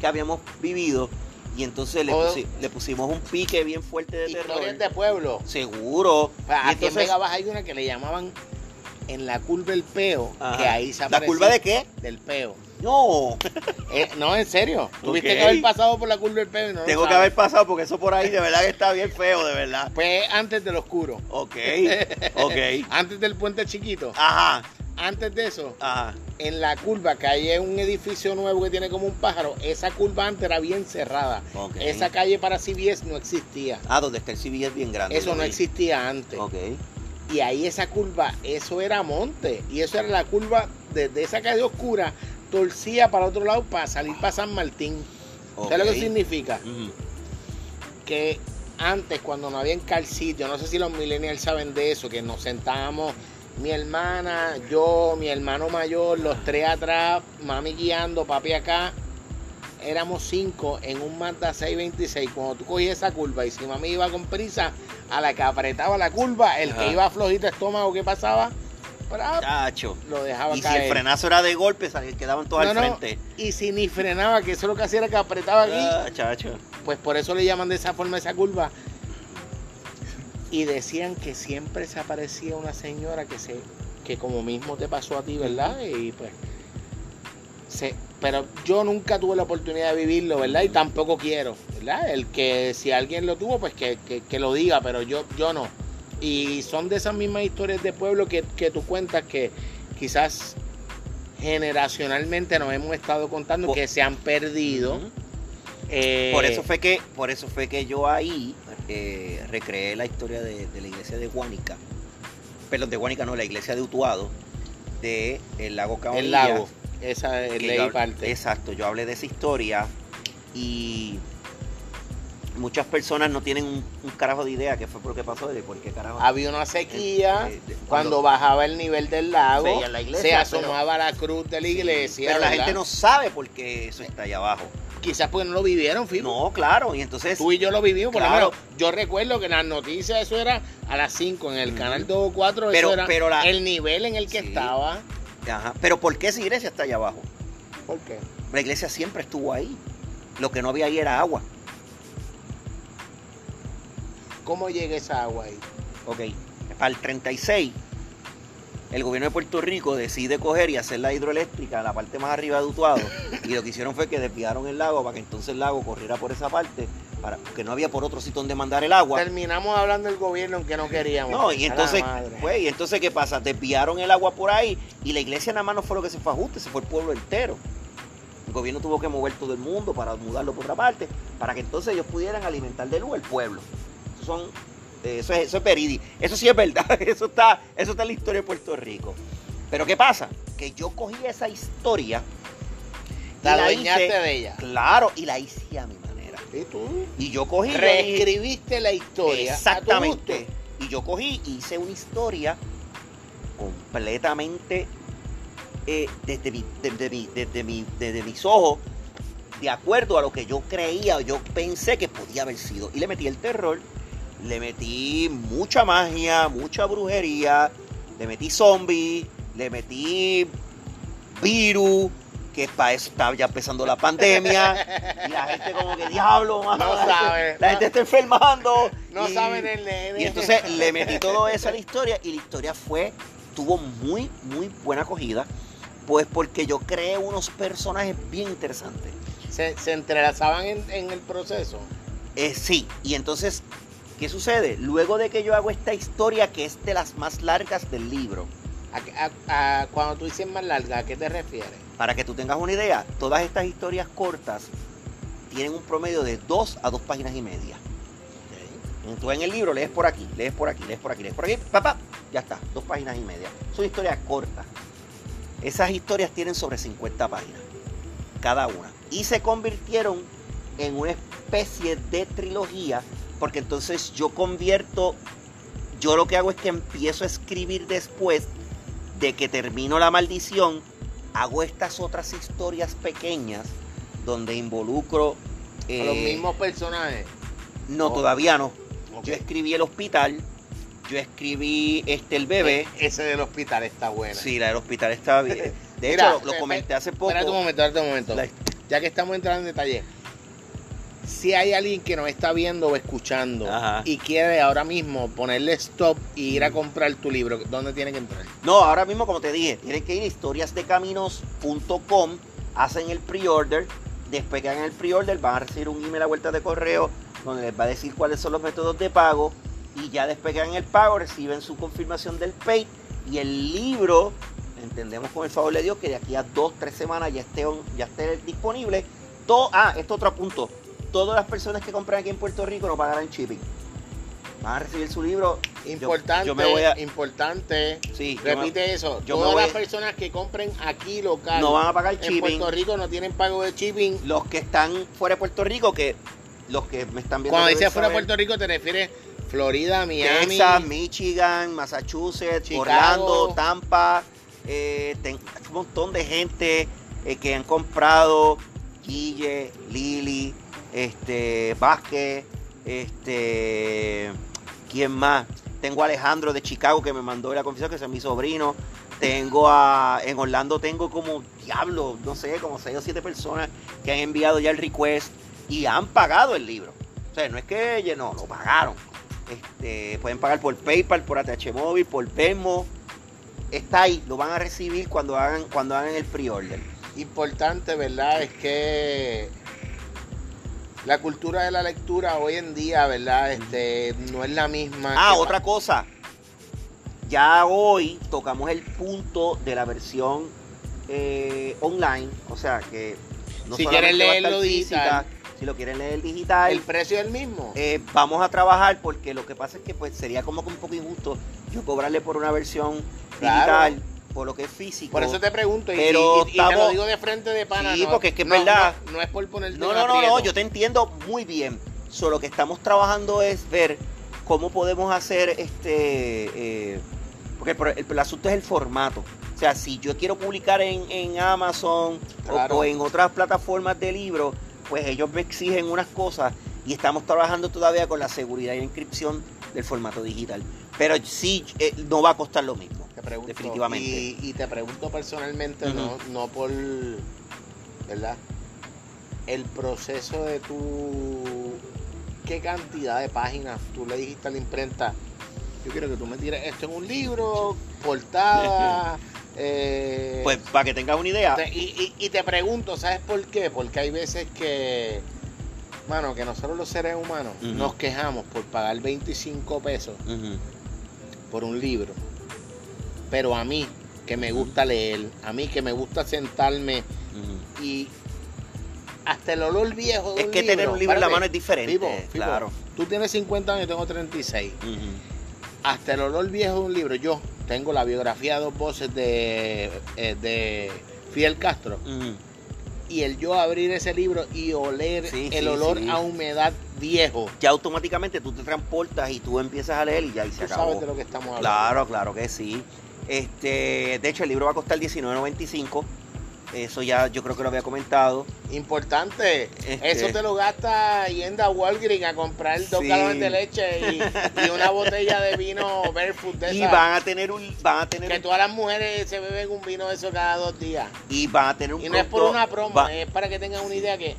Speaker 2: que habíamos vivido. Y entonces le,
Speaker 1: O-
Speaker 2: pusi- le pusimos un pique bien fuerte de terror.
Speaker 1: Oh. Historias de pueblo.
Speaker 2: Seguro.
Speaker 1: O sea,
Speaker 2: Y
Speaker 1: Ah, Aquí en
Speaker 2: entonces,
Speaker 1: Vega Baja hay una que le llamaban en la curva del peo,
Speaker 2: Ajá.
Speaker 1: que ahí se
Speaker 2: ¿La
Speaker 1: aparecía.
Speaker 2: curva de qué?
Speaker 1: Del peo.
Speaker 2: No,
Speaker 1: Eh, no, en serio. Tuviste
Speaker 2: Ok.
Speaker 1: que haber pasado por la curva del peo y no lo
Speaker 2: tengo que
Speaker 1: sabes.
Speaker 2: haber pasado porque eso por ahí de verdad que está bien feo, de verdad.
Speaker 1: Pues antes del oscuro.
Speaker 2: Ok, ok.
Speaker 1: Antes del puente chiquito.
Speaker 2: Ah. Ajá,
Speaker 1: Antes de eso,
Speaker 2: ajá.
Speaker 1: en la curva que hay un edificio nuevo que tiene como un pájaro, esa curva antes era bien cerrada.
Speaker 2: Ok.
Speaker 1: Esa calle para CBS no existía.
Speaker 2: Ah, donde está el CB es bien grande.
Speaker 1: Eso
Speaker 2: lo
Speaker 1: no
Speaker 2: Ah, vi.
Speaker 1: existía antes.
Speaker 2: Ok.
Speaker 1: Y ahí esa curva, eso era monte. Y eso era la curva desde esa calle oscura, torcía para otro lado para salir para San Martín.
Speaker 2: ok.
Speaker 1: ¿Sabes lo que significa?
Speaker 2: Ujú.
Speaker 1: Que antes, cuando no había en yo no sé si los millennials saben de eso, que nos sentábamos mi hermana, yo, mi hermano mayor, los tres atrás, mami guiando, papi acá. Éramos cinco en un Mazda 626. Cuando tú cogías esa curva y si mami iba con prisa, a la que apretaba la curva, el
Speaker 2: Ajá.
Speaker 1: que iba flojito estómago, ¿qué pasaba? ¡prap!
Speaker 2: Tacho.
Speaker 1: lo dejaba
Speaker 2: Y si
Speaker 1: caer.
Speaker 2: el frenazo era de golpe, salían- quedaban todos
Speaker 1: No,
Speaker 2: al
Speaker 1: no,
Speaker 2: frente.
Speaker 1: y si ni frenaba, que eso lo que hacía era que apretaba aquí,
Speaker 2: Ah, chacho.
Speaker 1: pues por eso le llaman de esa forma esa curva. Y decían que siempre se aparecía una señora que se que como mismo te pasó a ti, ¿verdad? Y pues, se- pero yo nunca tuve la oportunidad de vivirlo, ¿verdad? Y tampoco quiero, ¿verdad? El que si alguien lo tuvo, pues que, que- que lo diga, pero yo, yo no. Y son de esas mismas historias de pueblo que, que tú cuentas que quizás generacionalmente nos hemos estado contando
Speaker 2: Por-
Speaker 1: que se han perdido.
Speaker 2: Ujú.
Speaker 1: Eh,
Speaker 2: Por eso fue que, por eso fue que yo ahí eh, recreé la historia de, de la iglesia de Guánica. Perdón, de Guánica no, la iglesia de Utuado, de el lago Caonilla.
Speaker 1: el lago. Esa
Speaker 2: que
Speaker 1: es
Speaker 2: yo
Speaker 1: ley y
Speaker 2: hab-
Speaker 1: parte.
Speaker 2: Exacto, yo hablé de esa historia y muchas personas no tienen un, un carajo de idea qué fue por qué pasó, de por qué carajo.
Speaker 1: Había una sequía.
Speaker 2: Eh, eh, de-
Speaker 1: Cuando bajaba el nivel del lago,
Speaker 2: Veía la iglesia,
Speaker 1: se
Speaker 2: pero-
Speaker 1: asomaba la cruz de la iglesia.
Speaker 2: Pero la
Speaker 1: ¿verdad?
Speaker 2: gente no sabe por qué eso está allá abajo.
Speaker 1: Quizás porque no lo vivieron, Fibo.
Speaker 2: No, claro, y entonces
Speaker 1: Tú y yo lo vivimos, por
Speaker 2: Claro.
Speaker 1: lo menos. Yo recuerdo que en las noticias eso era a las 5, en el
Speaker 2: Ujú.
Speaker 1: canal 2 o 4,
Speaker 2: Pero-
Speaker 1: eso era
Speaker 2: pero la-
Speaker 1: el nivel en el que
Speaker 2: Sí.
Speaker 1: estaba.
Speaker 2: Ajá, Pero ¿por qué esa iglesia está allá abajo?
Speaker 1: ¿Por qué?
Speaker 2: La iglesia siempre estuvo ahí. Lo que no había ahí era agua.
Speaker 1: ¿Cómo llega esa agua ahí?
Speaker 2: Ok. Para el 36, el gobierno de Puerto Rico decide coger y hacer la hidroeléctrica en la parte más arriba de Utuado. y lo que hicieron fue que desviaron el lago para que entonces el lago corriera por esa parte, para, porque no había por otro sitio donde mandar el agua.
Speaker 1: Terminamos hablando del gobierno que no queríamos.
Speaker 2: No,
Speaker 1: A
Speaker 2: y
Speaker 1: la
Speaker 2: entonces, pues,
Speaker 1: madre.
Speaker 2: güey, y entonces ¿qué pasa? Desviaron el agua por ahí y la iglesia nada más no fue lo que se fue a ajuste, se fue el pueblo entero. El gobierno tuvo que mover todo el mundo para mudarlo por otra parte, para que entonces ellos pudieran alimentar de luz al pueblo. Eso, son, eh, eso, es, eso es verídico. Eso sí es verdad, eso está, eso está en la historia de Puerto Rico. Pero ¿qué pasa? Que yo cogí esa historia,
Speaker 1: Te
Speaker 2: y la
Speaker 1: adueñaste
Speaker 2: hice-
Speaker 1: de ella.
Speaker 2: claro, y la hice a mi manera.
Speaker 1: ¿Y tú?
Speaker 2: Y yo cogí... y yo dije,
Speaker 1: Reescribiste la historia. A tu
Speaker 2: Exactamente.
Speaker 1: gusto.
Speaker 2: Y yo cogí y hice una historia completamente eh, desde, mi- desde, mi- desde mi- desde mis ojos, de acuerdo a lo que yo creía, o yo pensé que podía haber sido. Y le metí el terror, le metí mucha magia, mucha brujería, le metí zombies, le metí virus, que para eso estaba ya empezando la pandemia. y la gente como que, diablo, mano,
Speaker 1: No
Speaker 2: la gente-
Speaker 1: sabe,
Speaker 2: La
Speaker 1: no-
Speaker 2: gente está enfermando.
Speaker 1: No
Speaker 2: y-
Speaker 1: saben el nene.
Speaker 2: y entonces le metí todo eso a la historia y la historia fue, tuvo muy, muy buena acogida, pues porque yo creé unos personajes bien interesantes.
Speaker 1: se, se entrelazaban en, en el proceso.
Speaker 2: Eh, sí, y entonces, ¿qué sucede? Luego de que yo hago esta historia, que es de las más largas del libro,
Speaker 1: A- a- a- cuando tú dices más larga, ¿a qué te refieres?
Speaker 2: para que tú tengas una idea, todas estas historias cortas tienen un promedio de dos a dos páginas y media. Tú en el libro lees por aquí, lees por aquí, lees por aquí, lees por aquí, papá, ya está, dos páginas y media. Son historias cortas. Esas historias tienen sobre 50 páginas, cada una. Y se convirtieron en una especie de trilogía, porque entonces yo convierto, yo lo que hago es que empiezo a escribir después de que termino la maldición, hago estas otras historias pequeñas donde involucro...
Speaker 1: A los
Speaker 2: eh,
Speaker 1: mismos personajes.
Speaker 2: No,
Speaker 1: Oh.
Speaker 2: todavía no.
Speaker 1: Ok.
Speaker 2: Yo escribí el hospital, yo escribí este el bebé.
Speaker 1: Ese del hospital está bueno.
Speaker 2: Sí, la del hospital estaba bien. De
Speaker 1: Mira,
Speaker 2: hecho, lo, lo comenté hace poco.
Speaker 1: Espérate un momento, espérate un momento.
Speaker 2: La-
Speaker 1: Ya que estamos entrando en detalle. Si hay alguien que nos está viendo o escuchando
Speaker 2: Ajá. Mm.
Speaker 1: y quiere ahora mismo ponerle stop y ir a comprar tu libro, ¿dónde tiene que entrar?
Speaker 2: No, ahora mismo, como te dije, tienen que ir a historiasdecaminos.com, hacen el pre-order. Después que hagan el pre-order, van a recibir un email a vuelta de correo donde les va a decir cuáles son los métodos de pago. Y ya después que hagan el pago, reciben su confirmación del pay. Y el libro, entendemos con el favor de Dios que de aquí a dos, tres semanas ya esté, on- ya esté disponible. Todo, ah, esto otro punto. Todas las personas que compran aquí en Puerto Rico no pagarán shipping. Van a recibir su libro. Yo-
Speaker 1: Importante,
Speaker 2: Yo, me voy a.
Speaker 1: importante.
Speaker 2: Sí, yo me-
Speaker 1: Repite eso.
Speaker 2: yo me
Speaker 1: Todas
Speaker 2: voy-
Speaker 1: las personas que compren aquí local
Speaker 2: no van a pagar
Speaker 1: en
Speaker 2: shipping.
Speaker 1: Puerto Rico no tienen pago de shipping.
Speaker 2: Los que están fuera de Puerto Rico, que los que me están viendo.
Speaker 1: Cuando
Speaker 2: deben
Speaker 1: dices fuera de
Speaker 2: saber,
Speaker 1: Puerto Rico te refieres Florida, Miami,
Speaker 2: Texas, Michigan, Massachusetts,
Speaker 1: Chicago.
Speaker 2: Orlando, Tampa. eh, ten- un montón de gente eh, que han comprado. Guille, Lili, este, Vázquez, este. ¿Quién más? Tengo a Alejandro de Chicago que me mandó la confesión, que es mi sobrino. Tengo a. En Orlando tengo como diablo, no sé, como 6 o 7 personas que han enviado ya el request y han pagado el libro. O sea, no es que oye, no, lo pagaron. Este, pueden pagar por PayPal, por ATH Móvil, por Venmo. está ahí, lo van a recibir cuando hagan, cuando hagan el pre-order.
Speaker 1: importante, ¿verdad? Es que la cultura de la lectura hoy en día, ¿verdad? Este, no es la misma.
Speaker 2: Ah,
Speaker 1: que-
Speaker 2: otra cosa. Ya hoy tocamos el punto de la versión eh, online. O sea que
Speaker 1: Si
Speaker 2: solamente
Speaker 1: quieren
Speaker 2: va a estar
Speaker 1: leerlo digital.
Speaker 2: si lo quieren leer digital,
Speaker 1: El precio es el mismo.
Speaker 2: eh, vamos a trabajar porque lo que pasa es que pues sería como que un poco injusto yo cobrarle por una versión
Speaker 1: Claro.
Speaker 2: digital, por lo que es físico.
Speaker 1: Por eso te pregunto, y,
Speaker 2: Pero
Speaker 1: y- y te lo
Speaker 2: estamos-
Speaker 1: digo de frente de pana.
Speaker 2: Sí,
Speaker 1: no-
Speaker 2: porque es que es
Speaker 1: no-
Speaker 2: verdad.
Speaker 1: No, no es por ponerte
Speaker 2: No,
Speaker 1: en
Speaker 2: no, no, no,
Speaker 1: aprieto.
Speaker 2: yo te entiendo muy bien. Solo que estamos trabajando es ver cómo podemos hacer este. eh, porque el, pro- el- el asunto es el formato. O sea, si yo quiero publicar en, en Amazon o-
Speaker 1: Claro.
Speaker 2: o, en otras plataformas de libros, pues ellos me exigen unas cosas y estamos trabajando todavía con la seguridad y la inscripción del formato digital. Pero sí, eh, no va a costar lo mismo.
Speaker 1: Te pregunto,
Speaker 2: Definitivamente.
Speaker 1: Y, y te pregunto personalmente, no, no por. ¿Verdad? El proceso de tu. ¿Qué cantidad de páginas tú le dijiste a la imprenta? Yo quiero que tú me tires esto en un libro, portada. eh,
Speaker 2: Pues para que tengas una idea.
Speaker 1: te- y, y- y te pregunto, ¿sabes por qué? Porque hay veces que, mano, que nosotros los seres humanos
Speaker 2: Ujú.
Speaker 1: nos quejamos por pagar 25 pesos
Speaker 2: Ujú.
Speaker 1: por un libro. Pero a mí, que me gusta leer, a mí que me gusta sentarme
Speaker 2: Ujú.
Speaker 1: y hasta el olor viejo de
Speaker 2: Es que tener un libro en la mano es diferente.
Speaker 1: Fibo, Fibo,
Speaker 2: claro.
Speaker 1: Tú tienes 50 años, yo tengo 36.
Speaker 2: Ujú.
Speaker 1: Hasta el olor viejo de un libro. Yo tengo la biografía de dos voces de, eh, de Fidel Castro.
Speaker 2: Ujú.
Speaker 1: Y el yo abrir ese libro y oler
Speaker 2: Sí,
Speaker 1: el
Speaker 2: sí,
Speaker 1: olor
Speaker 2: sí.
Speaker 1: a humedad viejo.
Speaker 2: ya automáticamente tú te transportas y tú empiezas a leer y ya y se
Speaker 1: Tú
Speaker 2: acabó.
Speaker 1: sabes de lo que estamos hablando.
Speaker 2: Claro, claro que sí. Este, de hecho, el libro va a costar $19.95. Eso ya yo creo que lo había comentado.
Speaker 1: Importante.
Speaker 2: Este.
Speaker 1: Eso te lo gasta yendo a Walgreens a comprar dos
Speaker 2: Sí.
Speaker 1: galones de leche y, y una botella de vino Barefoot de
Speaker 2: Y
Speaker 1: esa,
Speaker 2: van a tener un, van a tener
Speaker 1: Que
Speaker 2: un-
Speaker 1: todas las mujeres se beben un vino de eso cada dos días.
Speaker 2: y van a tener un
Speaker 1: Y no es por
Speaker 2: producto-
Speaker 1: una eh. promo,
Speaker 2: va-
Speaker 1: es para que tengan una idea que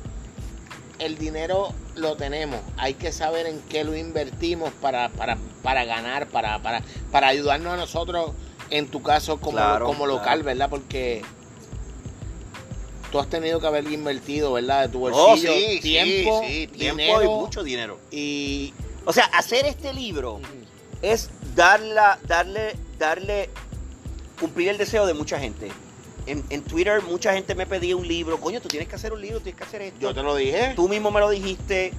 Speaker 1: el dinero lo tenemos. Hay que saber en qué lo invertimos para, para, para ganar, para, para, para ayudarnos a nosotros, en tu caso, como,
Speaker 2: Claro,
Speaker 1: como local,
Speaker 2: claro.
Speaker 1: ¿verdad? Porque tú has tenido que haber invertido, ¿verdad? De tu bolsillo,
Speaker 2: Oh, sí, sí,
Speaker 1: tiempo,
Speaker 2: sí, tiempo
Speaker 1: dinero,
Speaker 2: y mucho dinero.
Speaker 1: y
Speaker 2: O sea, hacer este libro es darla, darle, darle, cumplir el deseo de mucha gente. En, en Twitter mucha gente me pedía un libro, coño, tú tienes que hacer un libro, tienes que hacer esto.
Speaker 1: yo te lo dije.
Speaker 2: Tú mismo me lo dijiste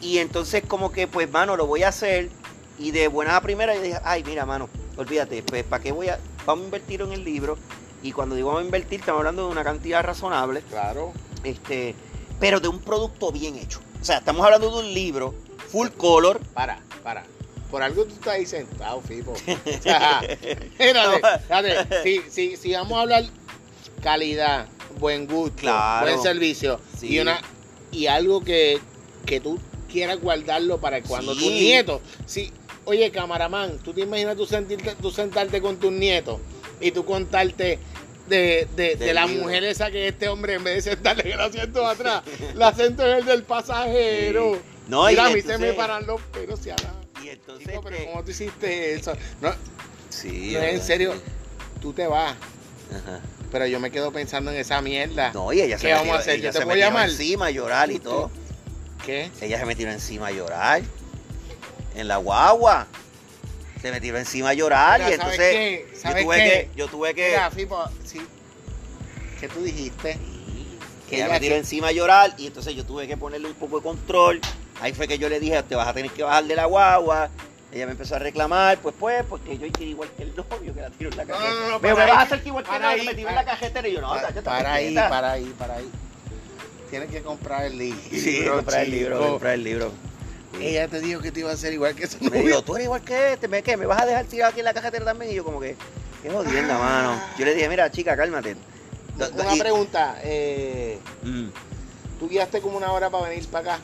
Speaker 2: y entonces como que, pues, mano, lo voy a hacer y de buena a primera yo dije, ay, mira, mano, olvídate, pues, ¿para qué voy a, vamos a invertir en el libro? Y cuando digo vamos a invertir, estamos hablando de una cantidad razonable
Speaker 1: Claro.
Speaker 2: este, pero de un producto bien hecho. O sea, estamos hablando de un libro full color.
Speaker 1: Para, para. Por algo tú estás ahí sentado, Fipo. O sea, espérate, espérate. Si, si, si vamos a hablar calidad, buen gusto,
Speaker 2: Claro.
Speaker 1: buen servicio
Speaker 2: Sí.
Speaker 1: y una y algo que, que tú quieras guardarlo para cuando
Speaker 2: Sí.
Speaker 1: tus nietos. Si, oye, camaraman, tú te imaginas tú, sentirte, tú sentarte con tus nietos y tú contarte. De, de, de
Speaker 2: Del
Speaker 1: la
Speaker 2: libro.
Speaker 1: mujer esa que este hombre en vez de sentarle en el asiento de atrás, la asiento es el del pasajero.
Speaker 2: Sí. No, y
Speaker 1: Mira, a mí se
Speaker 2: entonces-
Speaker 1: me paran los pelos y ala.
Speaker 2: Y entonces,
Speaker 1: Chico, pero
Speaker 2: este,
Speaker 1: ¿cómo tú hiciste eso? No,
Speaker 2: sí,
Speaker 1: no, en
Speaker 2: ¿verdad?
Speaker 1: serio, tú te vas,
Speaker 2: Ajá.
Speaker 1: pero yo me quedo pensando en esa mierda.
Speaker 2: No, y ella se
Speaker 1: ¿Qué vamos
Speaker 2: metió-
Speaker 1: a hacer?
Speaker 2: ella
Speaker 1: ¿Yo te
Speaker 2: se
Speaker 1: puedo
Speaker 2: metió
Speaker 1: llamar?
Speaker 2: encima a llorar y todo.
Speaker 1: ¿Qué?
Speaker 2: Ella se metió encima a llorar. En la guagua. Se metió encima a llorar
Speaker 1: Mira,
Speaker 2: y
Speaker 1: ¿sabes
Speaker 2: entonces
Speaker 1: qué?
Speaker 2: yo
Speaker 1: ¿Sabes
Speaker 2: tuve
Speaker 1: qué?
Speaker 2: que yo tuve que
Speaker 1: Mira, Fipo, sí. ¿Qué tú dijiste?
Speaker 2: que
Speaker 1: que
Speaker 2: ella
Speaker 1: ella
Speaker 2: me tiró
Speaker 1: que-
Speaker 2: encima a llorar y entonces yo tuve que ponerle un poco de control. Ahí fue que yo le dije, te vas a tener que bajar de la guagua. Ella me empezó a reclamar, pues pues, porque yo quiero igual que el novio que la tiro en la
Speaker 1: No, no,
Speaker 2: cajeta.
Speaker 1: no, no,
Speaker 2: Pero me
Speaker 1: para
Speaker 2: vas a
Speaker 1: ahí,
Speaker 2: hacer que igual que el
Speaker 1: para
Speaker 2: novio que
Speaker 1: ahí,
Speaker 2: me tiró en
Speaker 1: para-
Speaker 2: la cajetera y yo no,
Speaker 1: Pa-
Speaker 2: tacho,
Speaker 1: para
Speaker 2: tacho,
Speaker 1: ahí,
Speaker 2: quieta.
Speaker 1: para ahí, para ahí. Tienes que comprar el libro.
Speaker 2: Sí, comprar el libro,
Speaker 1: chico.
Speaker 2: comprar el libro. Sí.
Speaker 1: Ella te dijo que te iba a hacer igual que eso.
Speaker 2: Me dijo, tú eres igual que este, ¿me, qué? ¿Me vas a dejar tirado aquí en la cajetera también? Y yo como que, qué jodienda, mano. Yo le dije, mira, chica, cálmate. Do- do-
Speaker 1: Ah. Una
Speaker 2: y-
Speaker 1: pregunta, eh,
Speaker 2: Mm,
Speaker 1: ¿tú guiaste como una hora para venir para acá?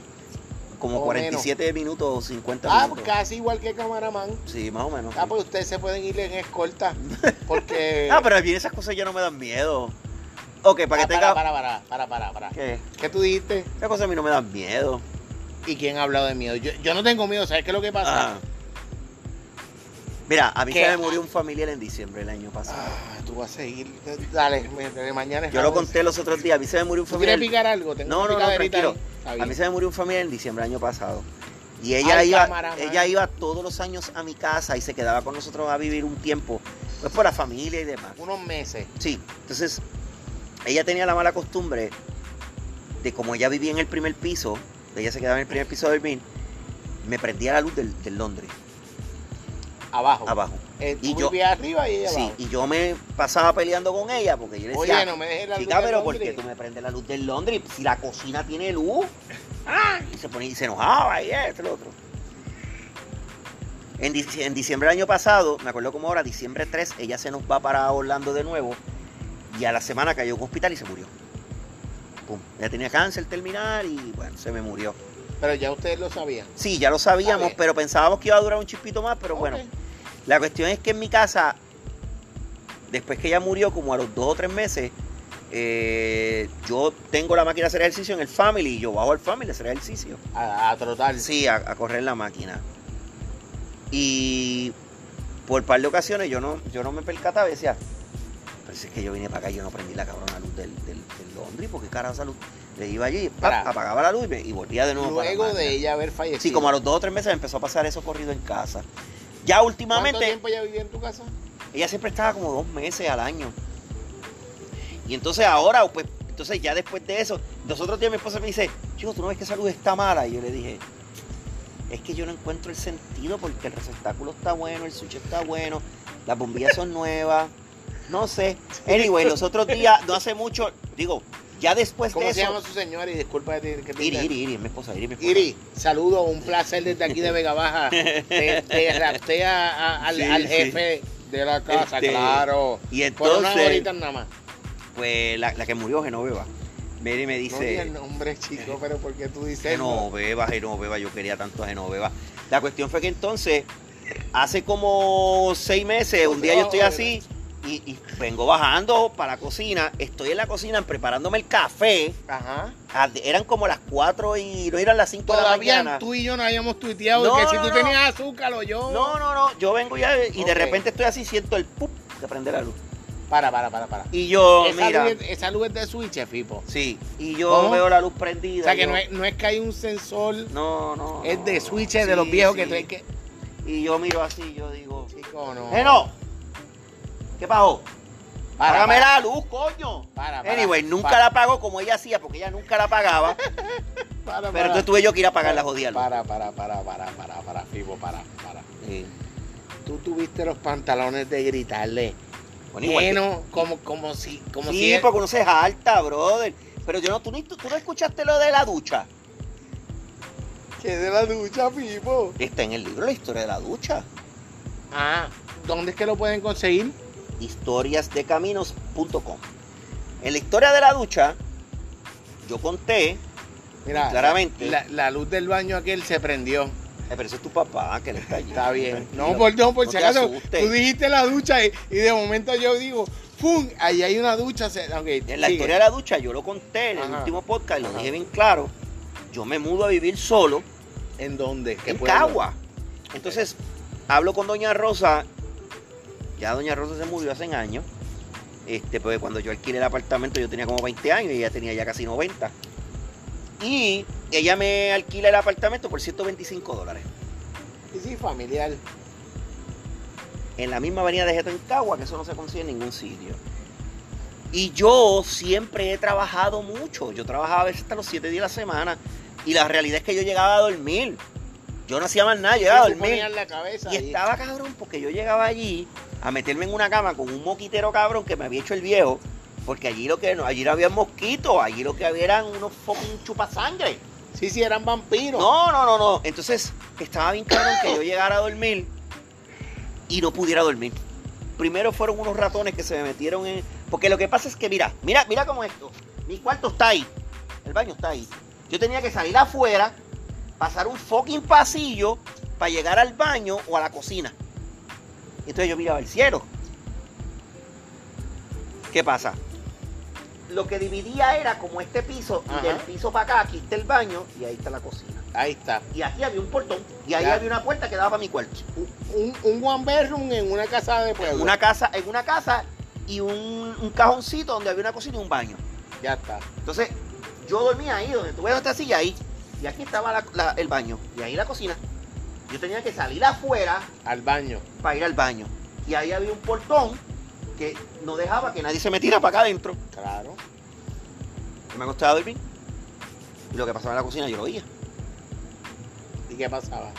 Speaker 2: como
Speaker 1: o
Speaker 2: 47 minutos o 50
Speaker 1: Ah,
Speaker 2: minutos.
Speaker 1: casi igual que Camaraman.
Speaker 2: Sí, más o menos.
Speaker 1: Ah, pues ustedes se pueden ir en escolta. Porque.
Speaker 2: Ah, pero a mí esas cosas ya no me dan miedo. Ok, para
Speaker 1: Ah,
Speaker 2: que tenga.
Speaker 1: Para, para, para, para, para.
Speaker 2: ¿Qué?
Speaker 1: ¿Qué tú dijiste?
Speaker 2: Esas cosas a mí no me dan miedo.
Speaker 1: ¿Y quién ha hablado de miedo? Yo, yo no tengo miedo, ¿sabes qué es lo que pasa?
Speaker 2: Ah, Mira, a mí
Speaker 1: Ah. ¿Qué?
Speaker 2: se me murió un familiar en diciembre del año pasado.
Speaker 1: Ah, tú vas a seguir. Dale, me- mañana es
Speaker 2: Yo lo
Speaker 1: Halloween.
Speaker 2: conté los otros días. A mí se me murió un
Speaker 1: ¿Tú quieres
Speaker 2: familiar.
Speaker 1: picar algo? Tengo
Speaker 2: No,
Speaker 1: una
Speaker 2: no, no,
Speaker 1: picaderita
Speaker 2: tranquilo.
Speaker 1: ahí. Está
Speaker 2: A
Speaker 1: bien.
Speaker 2: mí se me murió un familiar en diciembre del año pasado. Y ella
Speaker 1: Ay,
Speaker 2: iba,
Speaker 1: Tamara,
Speaker 2: ella
Speaker 1: mano.
Speaker 2: iba todos los años a mi casa y se quedaba con nosotros a vivir un tiempo. Pues por la familia y demás.
Speaker 1: Unos meses.
Speaker 2: Sí, entonces ella tenía la mala costumbre de como ella vivía en el primer piso, ella se quedaba en el primer piso a dormir, me prendía la luz del, del Londres,
Speaker 1: Abajo.
Speaker 2: abajo.
Speaker 1: Eh, tú
Speaker 2: Y yo-
Speaker 1: vivías arriba y ella
Speaker 2: Sí,
Speaker 1: abajo.
Speaker 2: y yo me pasaba peleando con ella porque yo le decía,
Speaker 1: Oye, no me dejes la
Speaker 2: chica,
Speaker 1: luz
Speaker 2: pero
Speaker 1: del
Speaker 2: ¿por qué
Speaker 1: hombre".
Speaker 2: tú me prendes la luz del Londres? Si la cocina tiene luz. Ah, y se ponía y se enojaba y esto y lo otro. En, dic- en diciembre del año pasado, me acuerdo como ahora, diciembre 3, ella se nos va para Orlando de nuevo y a la semana cayó en un hospital y se murió. Pum. Ella tenía cáncer terminal y bueno, se me murió.
Speaker 1: Pero ya ustedes lo sabían.
Speaker 2: Sí, ya lo sabíamos,
Speaker 1: bien.
Speaker 2: pero pensábamos que iba a durar un chispito más, pero bueno.
Speaker 1: Ok.
Speaker 2: La cuestión es que en mi casa, después que ella murió, como a los dos o tres meses, eh, yo tengo la máquina de hacer ejercicio en el family y yo bajo al family a hacer ejercicio.
Speaker 1: A, a trotar.
Speaker 2: Sí, a, a correr la máquina. Y por par de ocasiones yo no, yo no me percataba y decía, pero si es que yo vine para acá y yo no prendí la cabrona luz del, del, del Londres, porque carajo esa luz. Le iba allí, ¡pap!
Speaker 1: Para.
Speaker 2: apagaba la luz y, me- y volvía de nuevo. para la
Speaker 1: Luego
Speaker 2: máquina.
Speaker 1: de ella haber fallecido.
Speaker 2: Sí, como a los dos o tres meses me empezó a pasar eso corrido en casa. Ya
Speaker 1: ¿Cuánto
Speaker 2: últimamente,
Speaker 1: tiempo ella vivía en tu casa?
Speaker 2: ella siempre estaba como dos meses al año. Y entonces ahora, pues, entonces ya después de eso, los otros días mi esposa me dice, chico, ¿tú no ves que esa luz está mala? Y yo le dije, es que yo no encuentro el sentido porque el receptáculo está bueno, el switch está bueno, las bombillas son nuevas, no sé. Anyway, los otros días, no hace mucho, digo, ya después
Speaker 1: ¿Cómo
Speaker 2: de
Speaker 1: se
Speaker 2: Este, eso...
Speaker 1: llama su señora? Y disculpa que te- que te
Speaker 2: Iri,
Speaker 1: inter-
Speaker 2: Iri, Iri, es mi esposa, Iri, es mi esposa.
Speaker 1: Iri, saludo, un placer desde aquí de Vega Baja. Te, te rapté a- a- al,
Speaker 2: Sí,
Speaker 1: al
Speaker 2: sí.
Speaker 1: jefe de la casa,
Speaker 2: Este,
Speaker 1: claro.
Speaker 2: Y
Speaker 1: Por unas
Speaker 2: entonces,
Speaker 1: horitas nada más.
Speaker 2: pues la, la que murió, Genoveva, Mary me
Speaker 1: No di
Speaker 2: dice...
Speaker 1: el nombre, chico, pero ¿por qué tú dices no?
Speaker 2: Genoveva, Genoveva, yo quería tanto a Genoveva. La cuestión fue que entonces, hace como seis meses, un día yo
Speaker 1: Oh,
Speaker 2: estoy así y, y vengo bajando para la cocina, estoy en la cocina preparándome el café,
Speaker 1: Ajá.
Speaker 2: a- eran como las cuatro y no eran las cinco de la
Speaker 1: Todavía
Speaker 2: mañana.
Speaker 1: tú y yo no habíamos tuiteado
Speaker 2: No,
Speaker 1: que si
Speaker 2: no,
Speaker 1: tú
Speaker 2: no.
Speaker 1: tenías azúcar o yo.
Speaker 2: No, no, no, yo vengo ya y de
Speaker 1: Ok.
Speaker 2: repente estoy así, siento el pup que prende la luz.
Speaker 1: Para, para, para, para.
Speaker 2: Y yo,
Speaker 1: esa,
Speaker 2: mira,
Speaker 1: luz, es- esa luz es de switch, eh, Fipo.
Speaker 2: sí, y yo
Speaker 1: ¿Cómo?
Speaker 2: veo la luz
Speaker 1: O
Speaker 2: prendida.
Speaker 1: sea, que
Speaker 2: yo-
Speaker 1: no es, no es que hay un sensor,
Speaker 2: no, no,
Speaker 1: es
Speaker 2: no,
Speaker 1: de
Speaker 2: no.
Speaker 1: switch de
Speaker 2: Sí,
Speaker 1: los viejos que
Speaker 2: sí.
Speaker 1: traen que...
Speaker 2: Y yo miro así, yo digo,
Speaker 1: Chico, no.
Speaker 2: ¡Geno! ¿Qué pasó?
Speaker 1: Para,
Speaker 2: Págame
Speaker 1: para.
Speaker 2: la luz, coño.
Speaker 1: Para, para,
Speaker 2: Anyway, nunca
Speaker 1: para.
Speaker 2: la pagó como ella hacía, porque ella nunca la pagaba.
Speaker 1: Para,
Speaker 2: pero
Speaker 1: para.
Speaker 2: entonces tuve yo que ir a pagar la jodida luz.
Speaker 1: Para, para, para, para, para, para, Fipo, para, para.
Speaker 2: Sí.
Speaker 1: Tú tuviste los pantalones de gritarle.
Speaker 2: Bueno, igual que-
Speaker 1: Lleno, como, como si, como
Speaker 2: sí,
Speaker 1: si.
Speaker 2: porque uno se jalta, brother. Pero yo no, tú, ni- tú, tú no escuchaste lo de la ducha.
Speaker 1: Que de la ducha, Fipo.
Speaker 2: Está en el libro la historia de la ducha.
Speaker 1: Ah, ¿dónde es que lo pueden conseguir?
Speaker 2: Historiasdecaminos.com. En la historia de la ducha, yo conté.
Speaker 1: Mira,
Speaker 2: Claramente.
Speaker 1: La, la luz del baño aquel se prendió.
Speaker 2: Ay, pero eso es tu papá que le está allí.
Speaker 1: Está bien. No,
Speaker 2: Tranquilo.
Speaker 1: por, no, por si
Speaker 2: te
Speaker 1: acaso.
Speaker 2: asustes.
Speaker 1: Tú dijiste la ducha y, y de momento yo digo, ¡pum! Ahí hay una ducha. se- ok,
Speaker 2: En la
Speaker 1: sigue.
Speaker 2: historia de la ducha, yo lo conté en el
Speaker 1: Ajá.
Speaker 2: último podcast, lo
Speaker 1: Ajá.
Speaker 2: dije bien claro. Yo me mudo a vivir solo
Speaker 1: ¿En dónde? ¿Qué
Speaker 2: en
Speaker 1: pueblo?
Speaker 2: Cagua. Entonces, hablo con Doña Rosa. Ya Doña Rosa se murió hace años. Este, porque cuando yo alquilé el apartamento yo tenía como 20 años y ella tenía ya casi 90. Y ella me alquila el apartamento por 125 dólares.
Speaker 1: Sí, sí, familiar.
Speaker 2: en la misma avenida de Geto en Cagua, que eso no se consigue en ningún sitio. Y yo siempre he trabajado mucho. Yo trabajaba a veces hasta los 7 días de la semana. Y la realidad es que yo llegaba a dormir. Yo no hacía más nada, yo llegaba a
Speaker 1: Sí, tú
Speaker 2: dormir.
Speaker 1: ponías la cabeza
Speaker 2: Y
Speaker 1: Pues, ahí.
Speaker 2: estaba cabrón porque yo llegaba allí a meterme en una cama con un moquitero cabrón que me había hecho el viejo. Porque allí lo que no, allí no había mosquitos, allí lo que había eran unos fucking chupasangre.
Speaker 1: Sí, sí, eran vampiros.
Speaker 2: No, no, no, no. Entonces, estaba bien claro que yo llegara a dormir y no pudiera dormir. Primero fueron unos ratones que se me metieron en. Porque lo que pasa es que, mira, mira, mira cómo es esto. Mi cuarto está ahí. El baño está ahí. Yo tenía que salir afuera, pasar un fucking pasillo para llegar al baño o a la cocina. Entonces yo miraba el cielo. ¿Qué pasa? Lo que dividía era como este piso, y
Speaker 1: Ajá.
Speaker 2: del piso para acá, aquí está el baño y ahí está la cocina.
Speaker 1: Ahí está.
Speaker 2: Y aquí había un portón. Y ahí
Speaker 1: Ya.
Speaker 2: había una puerta que daba para mi cuarto.
Speaker 1: Un, un one bedroom en una casa de pueblo.
Speaker 2: Una casa, en una casa y un, un cajoncito donde había una cocina y un baño.
Speaker 1: Ya está.
Speaker 2: Entonces, yo dormía ahí, donde tú ves esta silla ahí. Y aquí estaba la- la- el baño. Y ahí la cocina. Yo tenía que salir afuera
Speaker 1: Al baño.
Speaker 2: para ir al baño. Y ahí había un portón que no dejaba que nadie se metiera para acá adentro.
Speaker 1: Claro.
Speaker 2: Yo me acostaba a dormir. Y lo que pasaba en la cocina yo lo oía.
Speaker 1: ¿Y qué pasaba?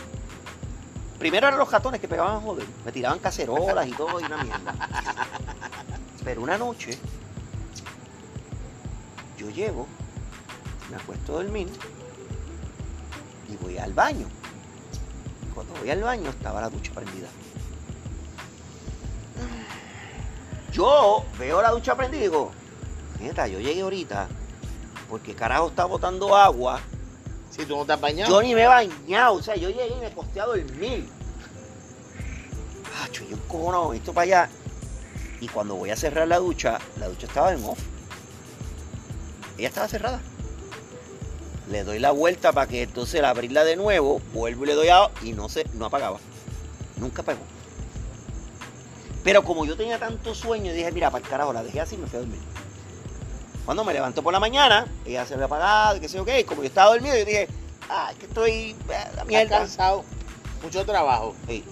Speaker 2: Primero eran los jatones que pegaban a joder. Me tiraban cacerolas y todo y una mierda. Pero una noche, yo llego, me acuesto a dormir y voy al baño. Cuando voy al baño estaba la ducha prendida. Yo veo la ducha prendida y digo, mierda, yo llegué ahorita porque carajo está botando agua
Speaker 1: Si tú no te has bañado.
Speaker 2: yo ni me he bañado, o sea, yo llegué y me acosté a dormir. Ah, yo un cojonado, esto para allá. Y cuando voy a cerrar la ducha, la ducha estaba en off. Ella estaba cerrada. Le doy la vuelta para que entonces al abrirla de nuevo, vuelvo y le doy a y no se, no apagaba. Nunca apagó. Pero como yo tenía tanto sueño, dije, mira, para el carajo, la dejé así y me fui a dormir. Cuando me levanto por la mañana, ella se había apagado, y qué sé yo qué, y como yo estaba dormido, yo dije, ah, que estoy, eh, la
Speaker 1: Estás
Speaker 2: mierda.
Speaker 1: cansado. Mucho trabajo.
Speaker 2: Sí.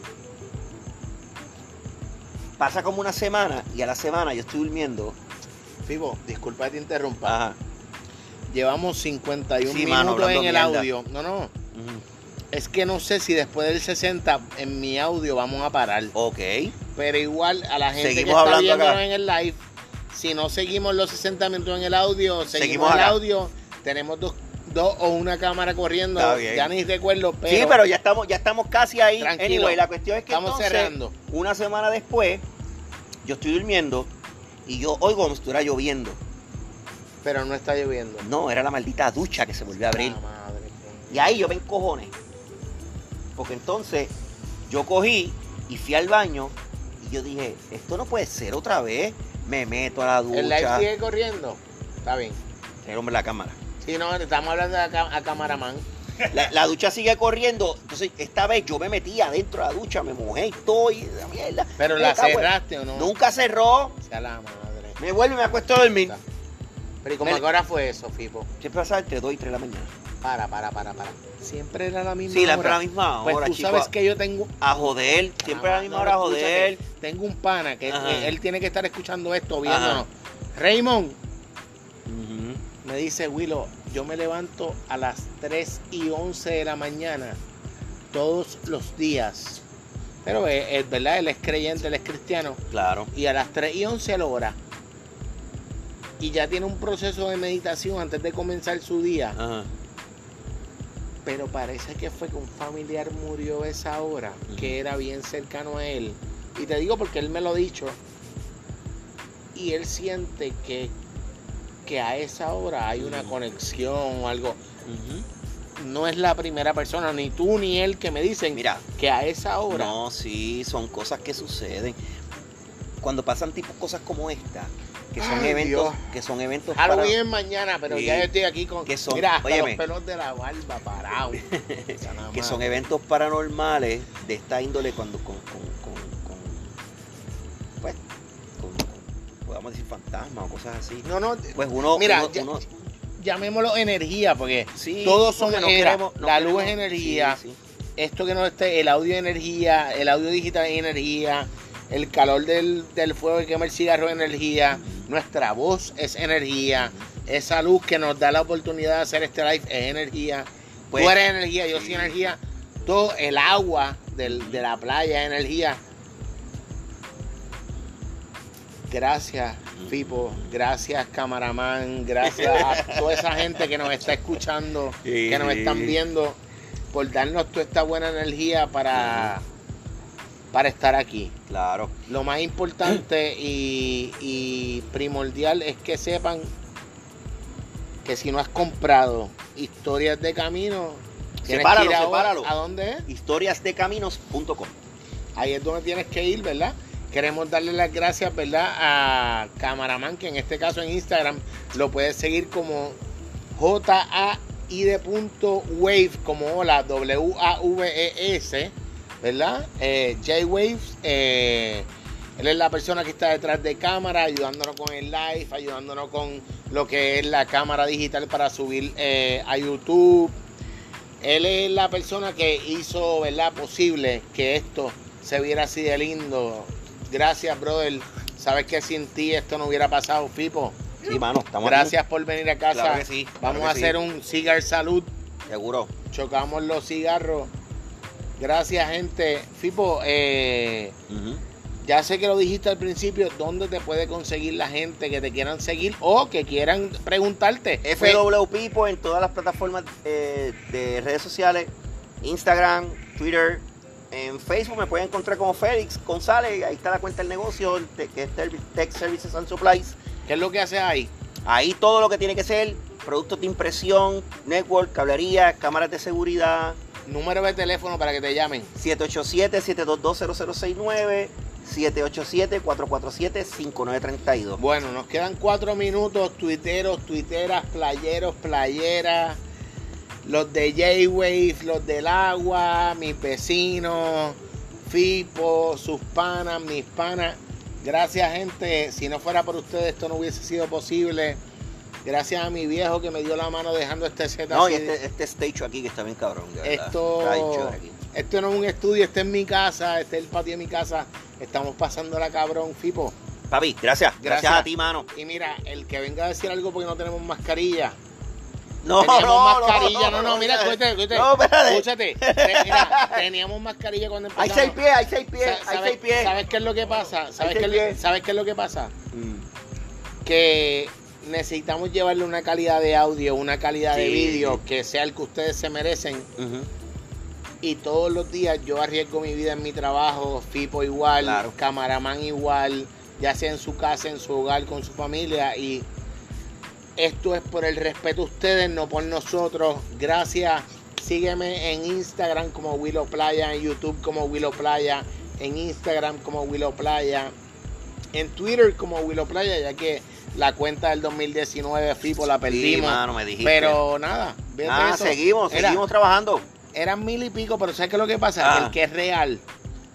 Speaker 2: Pasa como una semana y a la semana yo estoy durmiendo.
Speaker 1: Fibo, disculpa que te interrumpa.
Speaker 2: Ajá.
Speaker 1: Llevamos 51
Speaker 2: Sí, mano,
Speaker 1: minutos en
Speaker 2: hablando
Speaker 1: el
Speaker 2: mierda.
Speaker 1: audio. No, no.
Speaker 2: Mm,
Speaker 1: Es que no sé si después del 60 en mi audio vamos a parar.
Speaker 2: Ok.
Speaker 1: Pero igual a la gente
Speaker 2: Seguimos
Speaker 1: que está
Speaker 2: hablando
Speaker 1: viéndonos
Speaker 2: acá.
Speaker 1: en el live, si no seguimos los 60 minutos en el audio, seguimos,
Speaker 2: Seguimos
Speaker 1: el
Speaker 2: acá.
Speaker 1: audio, tenemos dos, dos o una cámara corriendo.
Speaker 2: Está bien.
Speaker 1: Ya ni recuerdo, pero,
Speaker 2: sí, pero ya estamos, ya estamos casi ahí.
Speaker 1: Tranquilo.
Speaker 2: Anyway, la cuestión es que
Speaker 1: estamos
Speaker 2: entonces,
Speaker 1: cerrando.
Speaker 2: una semana después, yo estoy durmiendo y yo oigo como si estuviera lloviendo.
Speaker 1: Pero no está lloviendo.
Speaker 2: No, era la maldita ducha que se volvió a abrir.
Speaker 1: Ah, madre.
Speaker 2: Y ahí yo me encojones. Porque entonces yo cogí y fui al baño y yo dije, esto no puede ser otra vez. Me meto a la ducha.
Speaker 1: El live sigue corriendo. Está bien.
Speaker 2: El hombre en la cámara.
Speaker 1: Si no, estamos hablando a, ca- a camaraman.
Speaker 2: La, la ducha sigue corriendo. Entonces, esta vez yo me metí adentro de la ducha, me mojé y todo. Y la mierda.
Speaker 1: Pero
Speaker 2: Me
Speaker 1: la
Speaker 2: cago en-
Speaker 1: cerraste o no.
Speaker 2: Nunca cerró.
Speaker 1: Sea la madre.
Speaker 2: Me vuelvo y me acuesto a dormir.
Speaker 1: Pero ¿y cómo
Speaker 2: Me-
Speaker 1: que ahora fue eso, Fipo?
Speaker 2: Siempre pasa entre 2 y 3 de la mañana.
Speaker 1: Para, para, para, para. Siempre era la misma
Speaker 2: Sí, la,
Speaker 1: hora.
Speaker 2: la misma
Speaker 1: Pues
Speaker 2: hora,
Speaker 1: tú
Speaker 2: chico.
Speaker 1: sabes
Speaker 2: a-
Speaker 1: que yo tengo
Speaker 2: A joder. Siempre a la misma
Speaker 1: No,
Speaker 2: hora a
Speaker 1: no,
Speaker 2: joder.
Speaker 1: escúchate, Tengo un pana que
Speaker 2: Ajá.
Speaker 1: que él tiene que estar escuchando esto, viéndonos. Raymond
Speaker 2: Ujú.
Speaker 1: me dice, Willow, yo me levanto a las 3 y 11 de la mañana todos los días. Pero es, es verdad, él es creyente, él es cristiano.
Speaker 2: Claro.
Speaker 1: Y a las 3 y 11 lo ora. Y ya tiene un proceso de meditación antes de comenzar su día.
Speaker 2: Ajá.
Speaker 1: Pero parece que fue que un familiar murió a esa hora, que era bien cercano a él. Y te digo porque él me lo ha dicho. Y él siente que, que a esa hora hay una
Speaker 2: Mm.
Speaker 1: conexión o algo.
Speaker 2: Ujú.
Speaker 1: No es la primera persona, ni tú ni él, que me dicen
Speaker 2: Mira,
Speaker 1: que a esa hora.
Speaker 2: No, sí, son cosas que suceden. Cuando pasan tipo cosas como esta, que son
Speaker 1: Ay,
Speaker 2: eventos,
Speaker 1: Dios.
Speaker 2: que son eventos para-
Speaker 1: Halloween es mañana, pero
Speaker 2: Sí.
Speaker 1: ya yo estoy aquí con
Speaker 2: Que son-
Speaker 1: mira, hasta
Speaker 2: óyeme.
Speaker 1: los pelos de la barba parados. O sea, nada
Speaker 2: que
Speaker 1: más.
Speaker 2: son eventos paranormales de esta índole cuando con, con, con- con- pues con, con- podamos decir fantasmas o cosas así.
Speaker 1: No, no,
Speaker 2: Pues uno,
Speaker 1: Mira,
Speaker 2: uno-
Speaker 1: ya-
Speaker 2: uno-
Speaker 1: llamémoslo energía, porque
Speaker 2: sí,
Speaker 1: todos son
Speaker 2: porque
Speaker 1: era.
Speaker 2: no
Speaker 1: La luz es
Speaker 2: queremos-
Speaker 1: energía.
Speaker 2: sí, sí.
Speaker 1: esto que no esté, el audio de energía, el audio digital es energía, el calor del, del fuego que quema el cigarro es energía, nuestra voz es energía, esa luz que nos da la oportunidad de hacer este live es energía,
Speaker 2: Pues,
Speaker 1: tú eres energía, yo
Speaker 2: sí.
Speaker 1: soy energía, todo el agua del- de la playa es energía. Gracias,
Speaker 2: Mm.
Speaker 1: Fipo. Gracias, camaraman. Gracias a toda esa gente que nos está escuchando,
Speaker 2: Sí.
Speaker 1: que nos están viendo, por darnos toda esta buena energía para, para estar aquí.
Speaker 2: Claro.
Speaker 1: Lo más importante y, y primordial es que sepan que si no has comprado historias de camino, tienes que
Speaker 2: Sepáralo,
Speaker 1: ir ahora-
Speaker 2: sepáralo.
Speaker 1: ¿A dónde es?
Speaker 2: Historiasdecaminos.com.
Speaker 1: Ahí es donde tienes que ir, ¿verdad? Queremos darle las gracias, ¿verdad? A Camaraman, que en este caso en Instagram lo puedes seguir como j a y de punto wave como hola W A V E S, ¿verdad? Eh, J Waves, eh, él es la persona que está detrás de cámara, ayudándonos con el live, ayudándonos con lo que es la cámara digital para subir eh, a YouTube. Él es la persona que hizo, ¿verdad? Posible que esto se viera así de lindo. Gracias, brother. Sabes que sin ti esto no hubiera pasado, Fipo.
Speaker 2: Sí, mano, estamos
Speaker 1: Gracias por venir a casa.
Speaker 2: Claro que sí, claro
Speaker 1: Vamos
Speaker 2: que
Speaker 1: a
Speaker 2: sí.
Speaker 1: hacer un cigar salud.
Speaker 2: aquí, seguro.
Speaker 1: Chocamos los cigarros. Gracias, gente. Fipo, eh,
Speaker 2: Ujú.
Speaker 1: ya sé que lo dijiste al principio, ¿dónde te puede conseguir la gente que te quieran seguir o que quieran preguntarte?
Speaker 2: FW Pipo en todas las plataformas eh, de redes sociales, Instagram, Twitter, en Facebook me pueden encontrar como Félix González, ahí está la cuenta del negocio, el te- que es Ter- Tech Services and Supplies.
Speaker 1: ¿Qué es lo que haces ahí?
Speaker 2: Ahí todo lo que tiene que ser, productos de impresión, network, cablería, cámaras de seguridad,
Speaker 1: Número de teléfono para que te llamen.
Speaker 2: 787-722-0069, 787-447-5932.
Speaker 1: Bueno, nos quedan cuatro minutos, tuiteros, tuiteras, playeros, playeras, los de J-Wave, los del agua, mis vecinos, Fipo, sus panas, mis panas. Gracias gente, si no fuera por ustedes esto no hubiese sido posible. Gracias a mi viejo que me dio la mano dejando este set
Speaker 2: No,
Speaker 1: así.
Speaker 2: y este, este stage aquí que está bien cabrón, de verdad. Está bien
Speaker 1: Esto,
Speaker 2: chévere aquí.
Speaker 1: esto no es un estudio, este es mi casa, este es el patio de mi casa. Estamos pasando la cabrón, Fipo.
Speaker 2: Papi, gracias. Gracias,
Speaker 1: Gracias.
Speaker 2: a ti, mano.
Speaker 1: Y mira, el que venga a decir algo porque no tenemos mascarilla.
Speaker 2: No,
Speaker 1: teníamos
Speaker 2: no,
Speaker 1: mascarilla. No, no, mira, escúchate,
Speaker 2: espérate.
Speaker 1: escúchate.
Speaker 2: No, espérate.
Speaker 1: Escúchate. Te- mira, teníamos mascarilla cuando
Speaker 2: Hay
Speaker 1: empezamos.
Speaker 2: seis pies, hay seis pies,
Speaker 1: Sa-
Speaker 2: hay
Speaker 1: ¿Sabes,
Speaker 2: seis pies.
Speaker 1: ¿Sabes qué es lo que pasa? ¿Sabes
Speaker 2: seis
Speaker 1: qué, es lo-
Speaker 2: pies.
Speaker 1: ¿Sabes qué es lo que pasa?
Speaker 2: Mm.
Speaker 1: Que necesitamos llevarle una calidad de audio, una calidad de
Speaker 2: Sí.
Speaker 1: vídeo que sea el que ustedes se merecen.
Speaker 2: Ujú.
Speaker 1: Y todos los días yo arriesgo mi vida en mi trabajo, Fipo igual,
Speaker 2: Claro.
Speaker 1: camaraman igual, ya sea en su casa, en su hogar, con su familia. Y esto es por el respeto a ustedes, no por nosotros. Gracias. Sígueme en Instagram como Willow Playa, en YouTube como Willow Playa, en Instagram como Willow Playa, en Twitter como Willow Playa, ya que la cuenta del 2019 Fipo pues la
Speaker 2: Sí,
Speaker 1: perdimos.
Speaker 2: mano, me dijiste.
Speaker 1: pero nada, vete
Speaker 2: Ah,
Speaker 1: eso.
Speaker 2: seguimos,
Speaker 1: Mira,
Speaker 2: seguimos trabajando.
Speaker 1: eran mil y pico, pero ¿sabes qué es lo que pasa?
Speaker 2: Ah.
Speaker 1: Que el que es real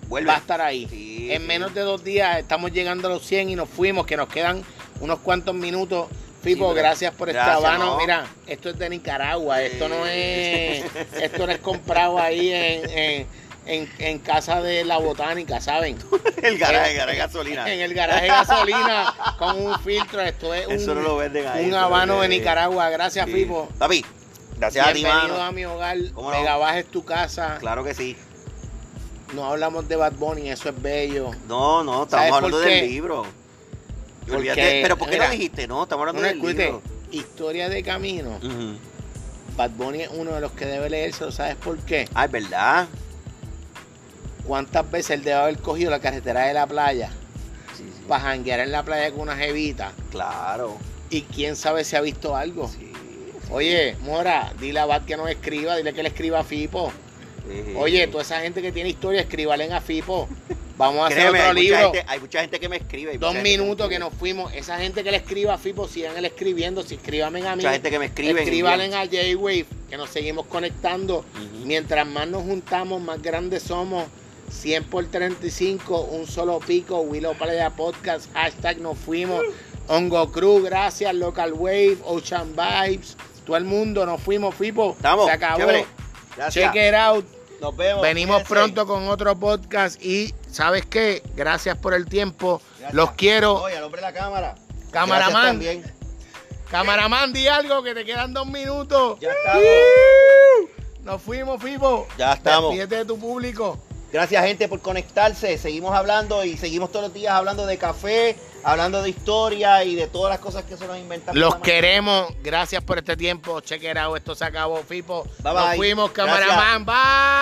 Speaker 2: Vuelve.
Speaker 1: va a estar ahí.
Speaker 2: Sí,
Speaker 1: en
Speaker 2: sí.
Speaker 1: menos de dos días estamos llegando a los 100 y nos fuimos, que nos quedan unos cuantos minutos. Fipo,
Speaker 2: pero-
Speaker 1: gracias por esta
Speaker 2: gracias,
Speaker 1: habano.
Speaker 2: no.
Speaker 1: Mira, esto es de Nicaragua, esto no
Speaker 2: Sí.
Speaker 1: es, esto no es comprado ahí en, en- en- en casa de la botánica, ¿saben?
Speaker 2: El garaje, el garaje de gasolina.
Speaker 1: En el garaje de gasolina con un filtro, esto es un,
Speaker 2: Eso no lo venden ahí.
Speaker 1: un
Speaker 2: eso lo
Speaker 1: habano de
Speaker 2: venden.
Speaker 1: Nicaragua. Gracias,
Speaker 2: Sí.
Speaker 1: Fipo.
Speaker 2: Papi, gracias a ti,
Speaker 1: Bienvenido a
Speaker 2: mano.
Speaker 1: mi hogar,
Speaker 2: ¿Cómo no?
Speaker 1: Megabaja es tu casa.
Speaker 2: Claro que sí.
Speaker 1: No hablamos de Bad Bunny, eso es bello.
Speaker 2: No, no,
Speaker 1: ¿Sabes
Speaker 2: estamos
Speaker 1: por
Speaker 2: hablando
Speaker 1: qué?
Speaker 2: del libro.
Speaker 1: Porque-
Speaker 2: Olvídate. Pero ¿por qué
Speaker 1: mira,
Speaker 2: lo dijiste? No, estamos hablando
Speaker 1: No
Speaker 2: del
Speaker 1: escute,
Speaker 2: libro.
Speaker 1: historia de camino.
Speaker 2: Ujú.
Speaker 1: Bad Bunny es uno de los que debe leerse, ¿sabes por qué?
Speaker 2: Ah, es verdad.
Speaker 1: ¿Cuántas veces él debe haber cogido la carretera de la playa
Speaker 2: Sí, sí.
Speaker 1: para janguear en la playa con una jevita?
Speaker 2: Claro.
Speaker 1: Y quién sabe si ha visto algo.
Speaker 2: Sí,
Speaker 1: Oh. Oye, Mora, dile a Bad que no escriba, dile que le escriba a Fipo.
Speaker 2: sí.
Speaker 1: Oye, toda esa gente que tiene historia, escríbalen a Fipo. Vamos a hacer
Speaker 2: Créeme,
Speaker 1: otro
Speaker 2: hay,
Speaker 1: libro.
Speaker 2: mucha gente, hay mucha gente que me escribe. hay mucha
Speaker 1: Dos
Speaker 2: gente me
Speaker 1: minutos que
Speaker 2: escribe.
Speaker 1: nos fuimos. Esa gente que le escriba a Fipo, sigan él escribiendo. Si escríbanme a mí.
Speaker 2: Mucha gente que me escribe.
Speaker 1: Escríbanle a J-Wave, que nos seguimos conectando.
Speaker 2: Ujú.
Speaker 1: Mientras más nos juntamos, más grandes somos. 100 por 35, un solo pico, Willow Playa Podcast, hashtag nos fuimos. Hongo Cruz, gracias, Local Wave, Ocean Vibes, todo el mundo, nos fuimos, Fipo.
Speaker 2: Estamos.
Speaker 1: Se acabó.
Speaker 2: chévere. Gracias.
Speaker 1: Check it out.
Speaker 2: Nos vemos.
Speaker 1: Venimos
Speaker 2: cuídense.
Speaker 1: pronto con otro podcast y, ¿sabes qué? Gracias por el tiempo. Los quiero.
Speaker 2: Oye, al hombre de la cámara. Gracias
Speaker 1: Camaraman,
Speaker 2: también.
Speaker 1: camaraman, di algo que te quedan dos minutos.
Speaker 2: Ya estamos.
Speaker 1: Nos fuimos, Fipo.
Speaker 2: Ya estamos.
Speaker 1: Despídete de tu público.
Speaker 2: Gracias, gente, por conectarse. Seguimos hablando y seguimos todos los días hablando de café, hablando de historia y de todas las cosas que se nos inventamos.
Speaker 1: Los
Speaker 2: Nada más.
Speaker 1: queremos. Gracias por este tiempo. Chequerao, esto se acabó, Fipo.
Speaker 2: Bye,
Speaker 1: Nos
Speaker 2: bye.
Speaker 1: fuimos, camaraman. Bye.